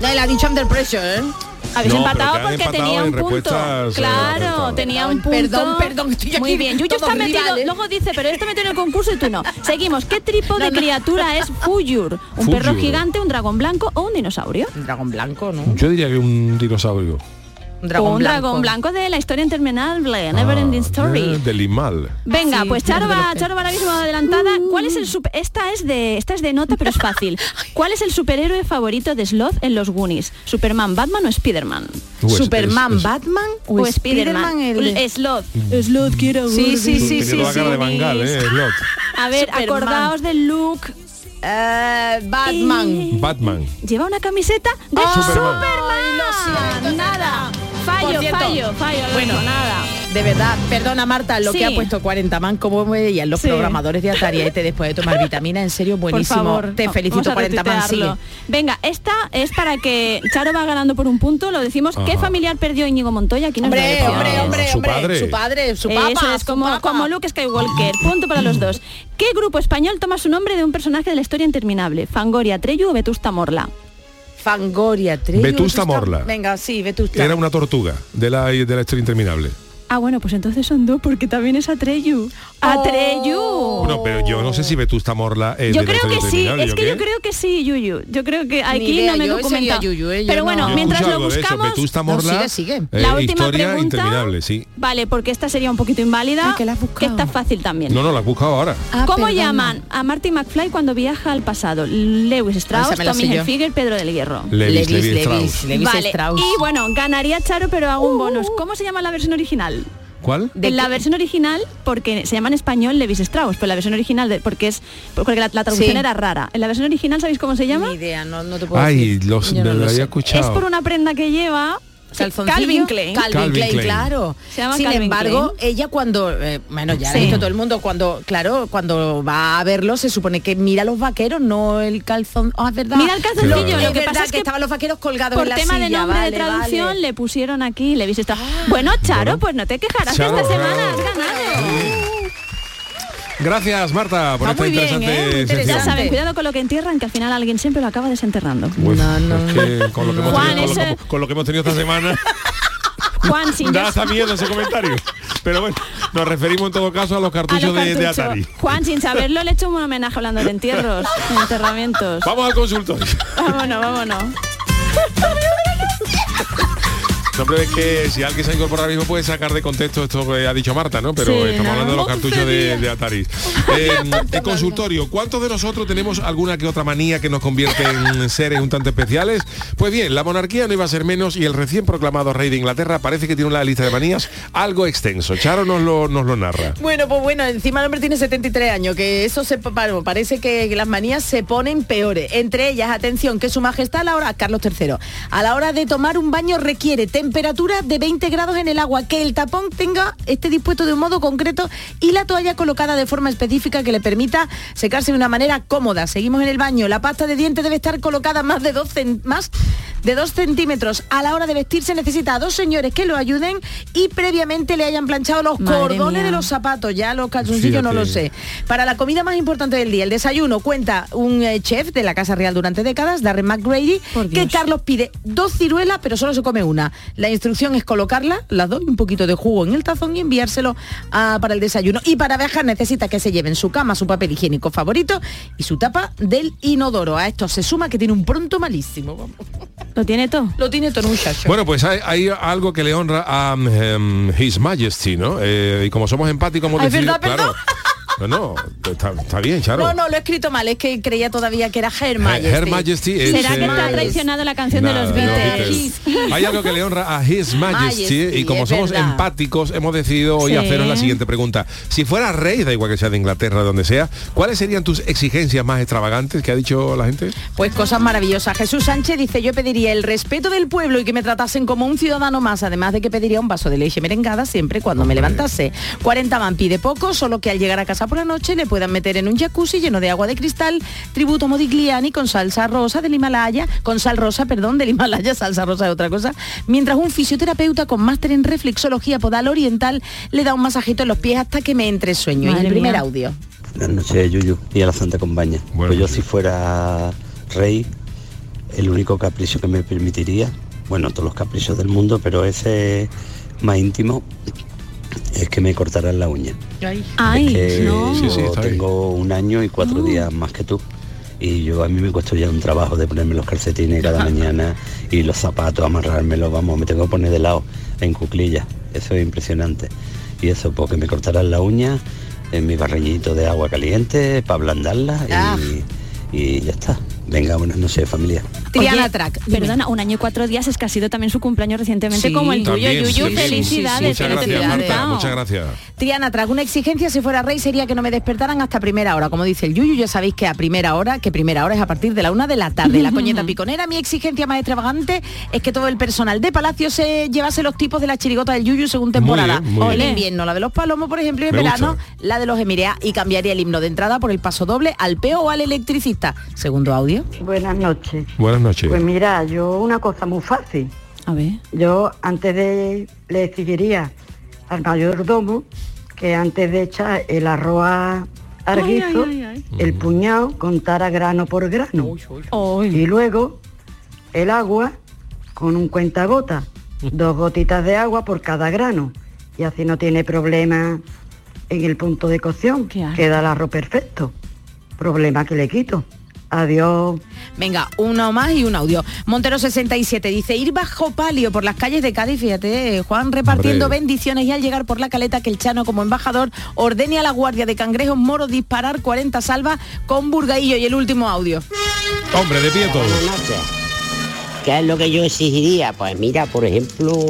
J: Ya, la ha dicho Under Pressure,
K: Habéis
J: ¿eh?
A: No, pero que
K: empatado
A: han
K: porque
A: empatado
K: tenía
A: en
K: un punto.
A: respuestas, eh,
K: Claro,
A: acertadas.
K: tenía un punto.
J: Perdón, perdón, estoy aquí
K: Muy bien, Yuyu
J: todos
K: está metido.
J: rivales.
K: Luego dice, pero este metido en el concurso y tú no. Seguimos. ¿Qué tipo de criatura es Fuyur? ¿Un
A: Fuyur.
K: perro gigante, un dragón blanco o un dinosaurio?
J: Un dragón blanco, ¿no?
A: Yo diría que un dinosaurio.
J: Un
K: un dragón blanco de la historia interminable, Never
A: Ah,
K: Ending Story.
A: eh, Del Imal.
K: Venga,
J: Sí, eh. Uh.
K: pues Charo
J: de los
K: va,
J: que-
K: Charo va ahora mismo adelantada. ¿Cuál es el sup- esta es de esta es de nota pero es fácil. ¿Cuál es el superhéroe favorito de Sloth en los Goonies? Superman, Batman o Spiderman?
A: Uh, es-
J: Superman,
A: es- es-
J: Batman o,
K: O
J: Spiderman.
K: Spiderman,
J: el de-
K: el Sloth. Sloth quiero
J: Sí, sí, sí,
A: Tiene
J: sí,
A: toda la cara de
J: sí.
A: Bangal, eh, Slot.
K: A ver,
J: Superman.
K: acordaos del look.
J: Eh, Batman.
A: Batman.
K: Lleva una camiseta de
J: Ah,
K: Superman.
J: ay, lo siento.
K: Nada.
J: Por
K: Fallo,
J: cierto.
K: fallo, fallo.
J: Bueno.
K: Bueno, nada.
J: De verdad, perdona Marta, lo
K: Sí.
J: que ha puesto 40 man, como me veían los
K: Sí.
J: programadores de Atari te después de tomar vitamina, en serio, buenísimo.
K: Por favor,
J: Te
K: va-
J: felicito
K: vamos a
J: 40 man, sigue.
K: retuitearlo. Venga, esta es para que Charo va ganando por un punto, lo decimos. ¿Qué
A: Ajá.
K: familiar perdió Íñigo Montoya? Aquí nos lo
J: Hombre,
K: decía.
J: hombre,
A: Ah,
J: hombre,
A: su
J: hombre,
A: padre.
J: su padre, su
K: Eso
J: papá,
K: es
J: su
K: como,
J: papá.
K: como Luke Skywalker. Punto para los dos. ¿Qué grupo español toma su nombre de un personaje de la historia interminable? ¿Fangoria, Treyu o Vetusta Morla?
J: Fangoria, Trillo,
A: Vetusta Morla.
J: Venga, sí, Vetusta.
A: Era una tortuga de la, de la historia interminable.
K: Ah, bueno, pues entonces son dos porque también es
J: Oh.
K: Atreyu. ¡Atreyu!
A: Bueno, pero yo no sé si Vetusta Morla es
K: Oh. Yo
A: de la
K: creo
A: historia
K: que sí,
A: interminable,
K: es que yo
A: qué?
K: creo que sí, Yuyu. Yo creo que aquí
J: idea,
K: no me he
J: yo seguía
K: documentado.
J: a Yuyu, ¿eh? Yo
K: Pero bueno,
J: no.
A: Yo
K: mientras
A: escucho
K: lo
A: algo de eso,
K: buscamos,
A: Vetusta
J: No,
A: Morla,
J: sigue, sigue.
A: eh,
K: La última
A: historia
K: pregunta.
A: interminable, sí.
K: Vale, porque esta sería un poquito inválida.
J: Ah, que la has buscado. Ah,
K: está fácil también.
A: No, no, la has buscado ahora.
K: ¿Cómo llaman a Marty McFly cuando viaja al pasado? Lewis
J: Ah,
K: Strauss,
J: esa me la
K: Tommy
J: sé yo.
K: Hilfiger, Pedro del Hierro.
A: Levis, Levis,
J: Levis, Levis,
A: Strauss.
J: Levis
K: vale.
J: Strauss. Uh-huh.
K: Y bueno, ganaría Charo, pero hago un bonus. ¿Cómo se llama la versión original?
A: ¿Cuál?
J: ¿De
K: en la
J: qué?
K: versión original, porque se llama en español Levis Strauss, pero la versión original, de- porque es porque la, la traducción
J: Sí.
K: era rara. En la versión original, ¿sabéis cómo se llama?
J: Ni idea, no, no te puedo
A: Ay,
J: decir.
A: los,
J: Yo no
A: lo
J: lo
A: había
J: sé.
A: escuchado.
K: Es por una prenda que lleva
J: Calzoncillo.
K: Calvin Klein.
J: Calvin,
A: Calvin
J: Klein,
A: Klein.
J: claro.
K: Se llama
J: Sin
K: Calvin
J: embargo, ella cuando, eh, bueno, ya lo ha
K: Sí.
J: visto todo el mundo, cuando, claro, cuando va a verlo, se supone que mira los vaqueros, no el calzón. Ah, es verdad.
K: Mira el calzoncillo,
A: Claro.
K: lo
J: Es
K: que
J: verdad
K: pasa es que
J: estaban los vaqueros colgados
K: por
J: en la
K: tema de
J: silla,
K: nombre
J: vale, Ah.
K: de traducción
J: vale.
K: le pusieron aquí Levis Strauss. Bueno, Charo, pues no te quejarás que
A: Charo,
K: esta semana has
A: Charo.
K: ganado.
A: Gracias, Marta, por
J: Va
A: esta
J: muy bien,
A: interesante
J: ¿eh? Muy
A: sección.
K: Ya
J: interesante.
K: saben, cuidado con lo que entierran, que al final alguien siempre lo acaba desenterrando.
A: Uf,
J: No, no,
A: es que con lo que hemos
K: Juan,
A: tenido- con lo-
K: ese-
A: con lo que hemos tenido esta semana.
K: Juan, si
A: Da
K: yo,
A: hasta miedo ese comentario. Pero bueno, nos referimos en todo caso
K: a
A: a los
K: los
A: cartuchos, de, de
K: cartuchos.
A: Atari.
K: Juan, sin saberlo, le he hecho un homenaje hablando de entierros, de enterramientos.
A: Vamos al consultorio.
K: Vámonos, vámonos.
A: No, pero es que si alguien se ha incorporado ahora mismo puede sacar de contexto esto que ha dicho Marta, ¿no? Pero
B: Sí,
A: estamos
B: ¿no?
A: hablando de los
B: Once
A: cartuchos de,
B: días.
A: de Atari. Eh, el consultorio, ¿cuántos de nosotros tenemos alguna que otra manía que nos convierte en seres un tanto especiales? Pues bien, la monarquía no iba a ser menos y el recién proclamado rey de Inglaterra parece que tiene una lista de manías algo extenso. Charo nos lo, nos lo narra.
J: Bueno, pues bueno, encima el hombre tiene 73 años, que eso se pa- bueno, parece que las manías se ponen peores. Entre ellas, atención, que su majestad a la hora, Carlos III, a la hora de tomar un baño requiere temperatura de 20 grados en el agua, que el tapón tenga, esté dispuesto de un modo concreto y la toalla colocada de forma específica que le permita secarse de una manera cómoda. Seguimos en el baño, la pasta de dientes debe estar colocada más de 2 más de 2 centímetros. A la hora de vestirse necesita a dos señores que lo ayuden y previamente le hayan planchado los
F: Madre
J: cordones
F: mía.
J: de los zapatos, ya los calzoncillos no
F: Fíjate.
J: lo sé. Para la comida más importante del día, el desayuno, cuenta un eh, chef de la Casa Real durante décadas, Darren McGrady, que Carlos pide dos ciruelas, pero solo se come una. La instrucción es colocarla, las dos, y un poquito de jugo en el tazón y enviárselo ah, para el desayuno. Y para viajar necesita que se lleven su cama, su papel higiénico favorito y su tapa del inodoro. A esto se suma que tiene un pronto malísimo. vamos.
K: ¿Lo tiene todo?
J: Lo tiene todo, muchacho.
A: Bueno, pues hay, hay algo que le honra a em, His Majesty, ¿no? Eh, y como somos empáticos,
K: Ah,
A: hemos
J: Ay,
A: decidido-
J: perdón, perdón.
A: Claro. No, no, está, está bien, Charo.
J: No, no, lo he escrito mal, es que creía todavía que era Her Majesty.
A: Her Majesty es,
K: ¿Será que
A: eh,
K: está traicionado la canción
A: Nada,
K: de los Beatles?
A: Hay algo que le honra a His Majesty,
K: Majesty,
A: y como
K: es
A: somos
K: verdad.
A: empáticos hemos decidido hoy
K: Sí.
A: haceros la siguiente pregunta. Si fuera rey, da igual que sea de Inglaterra, donde sea, ¿cuáles serían tus exigencias más extravagantes que ha dicho la gente?
J: Pues cosas maravillosas. Jesús Sánchez dice, yo pediría el respeto del pueblo y que me tratasen como un ciudadano más, además de que pediría un vaso de leche merengada siempre cuando me levantase. 40 van pide poco, solo que al llegar a casa por la noche le puedan meter en un jacuzzi lleno de agua de cristal, tributo modigliani con salsa rosa del Himalaya, con sal rosa, perdón, del Himalaya, salsa rosa de otra cosa, mientras un fisioterapeuta con máster en reflexología podal oriental le da un masajito en los pies hasta que me entre sueño. y
L: Madre
J: el primer
L: mía.
J: audio.
L: Buenas noches, Yuyu, y a la Santa Compañía. pues yo si fuera rey, el único capricho que me permitiría, bueno, todos los caprichos del mundo, pero ese más íntimo, es que me cortaran la uña.
K: Ay,
J: eh,
L: Que
K: no. Ah.
L: yo tengo un año y cuatro días más que tú. Y yo a mí me cuesta ya un trabajo de ponerme los calcetines cada mañana y los zapatos, amarrármelos, vamos, me tengo que poner de lado en cuclillas. Eso es impresionante. Y eso, porque me cortarán la uña en mi barreñito de agua caliente para ablandarla y-
K: Ah.
L: y, ya está. Venga, buenas noches familia.
J: Triana Track, dime.
K: Perdona, un año y cuatro días es que ha sido también su cumpleaños recientemente
J: Sí.
K: como el tuyo,
A: También,
K: Yuyu.
A: sí, sí,
K: Felicidades.
A: Muchas
K: que no te
A: gracias,
K: he
A: Marta.
K: contado.
A: Muchas gracias.
J: Triana, tras una exigencia, si fuera rey, sería que no me despertaran hasta primera hora. Como dice el Yuyu, ya sabéis que a primera hora, que primera hora es a partir de la una de la tarde. La coñeta piconera, mi exigencia más extravagante es que todo el personal de Palacio se llevase los tipos de la chirigota del Yuyu según temporada.
F: bien, muy
J: O en
F: bien.
J: invierno, la de los palomos, por ejemplo, y en
F: Me
J: verano,
F: gusta.
J: la de los emireas. Y cambiaría el himno de entrada por el paso doble al peo o al electricista. Segundo audio.
M: Buenas noches.
A: Buenas noches.
M: Pues mira, yo una cosa muy fácil.
K: A ver.
M: Yo antes de le exigiría al mayordomo que antes de echar el arroz a- al
K: Ay,
M: guiso,
K: ay, ay,
M: el puñado contara grano por grano. Y luego el agua con un cuentagota, dos gotitas de agua por cada grano. Y así no tiene problema en el punto de cocción. Queda el arroz perfecto. Problema que le quito. Adiós.
J: Venga, uno más y un audio. Montero 67 dice, ir bajo palio por las calles de Cádiz, fíjate, eh, Juan repartiendo
F: Hombre.
J: bendiciones y al llegar por la caleta que el Chano como embajador ordene a la guardia de cangrejos moros disparar 40 salvas con burgaillo y el último audio.
A: Hombre, de pie todo.
O: ¿Qué es lo que yo exigiría? Pues mira, por ejemplo,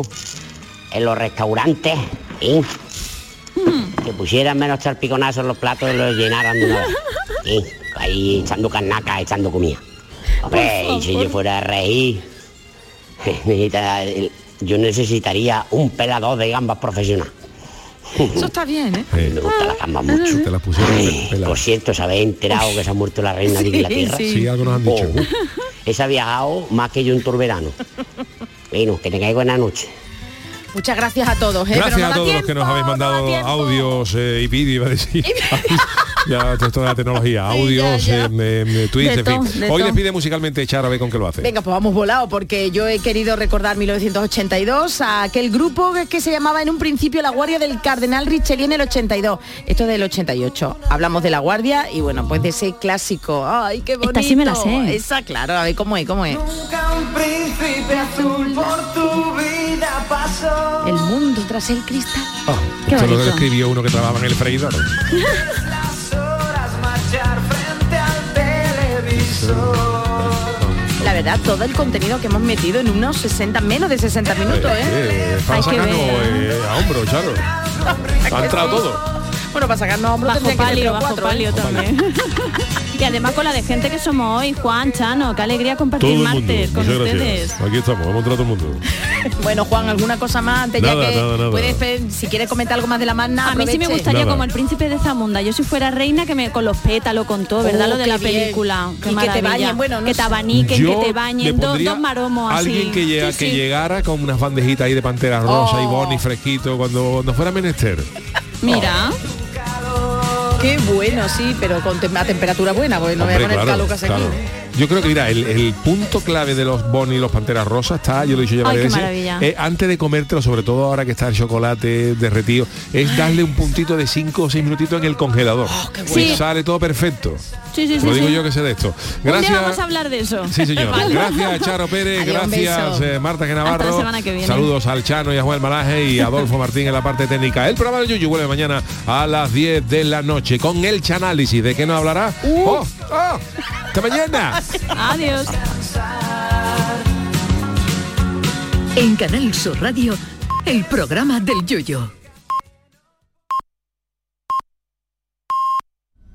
O: en los restaurantes, ¿eh?
J: Hmm.
O: que pusieran menos salpiconazos en los platos y los llenaran de una vez. ¿eh? Ahí echando carnacas, echando comida. Hombre,
P: Por
O: y si
P: favor.
O: yo fuera a reír, necesita- yo necesitaría un pelador de gambas profesional.
J: Eso está bien, ¿eh?
O: Me gusta la gamba mucho. Te la pusieron Por cierto, ¿se habéis enterado que se ha muerto la reina
A: Sí,
O: de Inglaterra?
A: sí. Sí, algo nos han dicho.
O: Oh, esa ha viajado más que yo en todo el verano. Bueno, que tengáis buena noche.
J: Muchas gracias a todos, ¿eh? Pero
A: Gracias
J: no
A: a
J: da
A: todos los
J: tiempo.
A: que nos habéis mandado audios eh, y vídeos, iba a decir. Ya, esto de la tecnología, audios, eh, eh, tweets,
J: De
A: en
J: todo,
A: fin.
J: de
A: Hoy
J: todo.
A: despide musicalmente Charo, a ver con qué lo hace.
J: Venga, pues vamos volado, porque yo he querido recordar 1982 a aquel grupo que se llamaba en un principio La Guardia del Cardenal Richelieu en el 82. Esto es del 88. Hablamos de La Guardia y bueno, pues de ese clásico. ¡Ay, qué bonito!
K: Esta sí me la sé.
J: Esa, claro, a ver cómo es, cómo es.
C: Nunca un príncipe azul por tu vida pasó.
J: El mundo tras el cristal.
A: Ah,
J: Qué
A: esto lo
J: bonito.
A: escribió uno que trabajaba en el freidor.
C: Las horas marchar frente al televisor.
J: La verdad, todo el contenido que hemos metido en unos 60, menos de 60 minutos, ¿eh?
A: Eh, están
J: Hay que
A: sacando
J: ver.
A: eh, a hombro, Charo. Ha entrado todo.
J: Bueno, para sacarnos a hombro
K: Bajo
J: tendría que
K: palio,
J: ser
K: bajo
J: cuatro, ¿eh?
K: palio también. y además con la de gente que somos hoy, Juan, Chano, qué alegría compartir
A: Todo el mundo.
K: martes con
A: Muchas
K: ustedes.
A: gracias. Aquí estamos, hemos entrado todo el mundo.
J: Bueno, Juan, ¿alguna cosa más antes? ya
A: Nada,
J: que
A: nada, nada.
J: puedes, eh, si quieres comentar algo más de la magna,
K: A mí sí me
J: aproveche.
K: gustaría
A: Nada.
K: como el príncpe de Zamunda. Yo si fuera reina que me con los pétalos, con todo, ¿verdad?
J: Oh,
K: Lo de
J: qué
K: la
J: bien.
K: película.
J: Y
K: Qué
J: que te
K: maravilla.
J: bañen, bueno, no
K: que te
J: sé.
K: abaniquen,
A: Yo
K: que te
A: le
K: bañen, dos,
A: pondría
K: dos maromos así.
A: Alguien que, llega,
K: Sí, Oh.
A: que
K: sí.
A: llegara con unas bandejitas ahí de pantera rosa y boni fresquito cuando, cuando fuera menester.
K: Mira.
J: Qué bueno, sí, pero con tem- a temperatura buena, porque no me voy a
A: Hombre,
J: poner
A: claro,
J: calucas aquí.
A: claro.
K: ¿eh?
A: Yo creo que mira, el, el punto clave de los boni y los panteras rosas está, yo lo he dicho ya
K: Ay,
A: varias
K: qué
A: veces,
K: maravilla.
A: eh, antes de comértelo, sobre todo ahora que está el chocolate derretido, es darle un puntito de 5 o 6 minutitos en el congelador.
K: Oh, bueno.
A: Y
K: Sí.
A: sale todo perfecto.
K: Sí, sí, sí,
A: lo digo
K: sí.
A: yo que sé de esto.
K: Un día vamos
A: Gracias.
K: a hablar de eso.
A: Sí, señor.
K: Vale.
A: Gracias, Charo Pérez.
K: Adiós, un
A: gracias,
K: beso.
A: eh, Marta
K: Hasta la
A: Genavarro.
K: semana que viene.
A: Saludos al Chano y a Juan Malaje y a Adolfo Martín en la parte técnica. El programa de Yuyu vuelve mañana a las 10 de la noche con el Chanálisis. ¿De qué nos hablará?
K: Uh.
A: ¡Oh! ¡Oh! ¡Hasta mañana!
K: Adiós.
H: En Canal Sur Radio, el programa del Yoyo.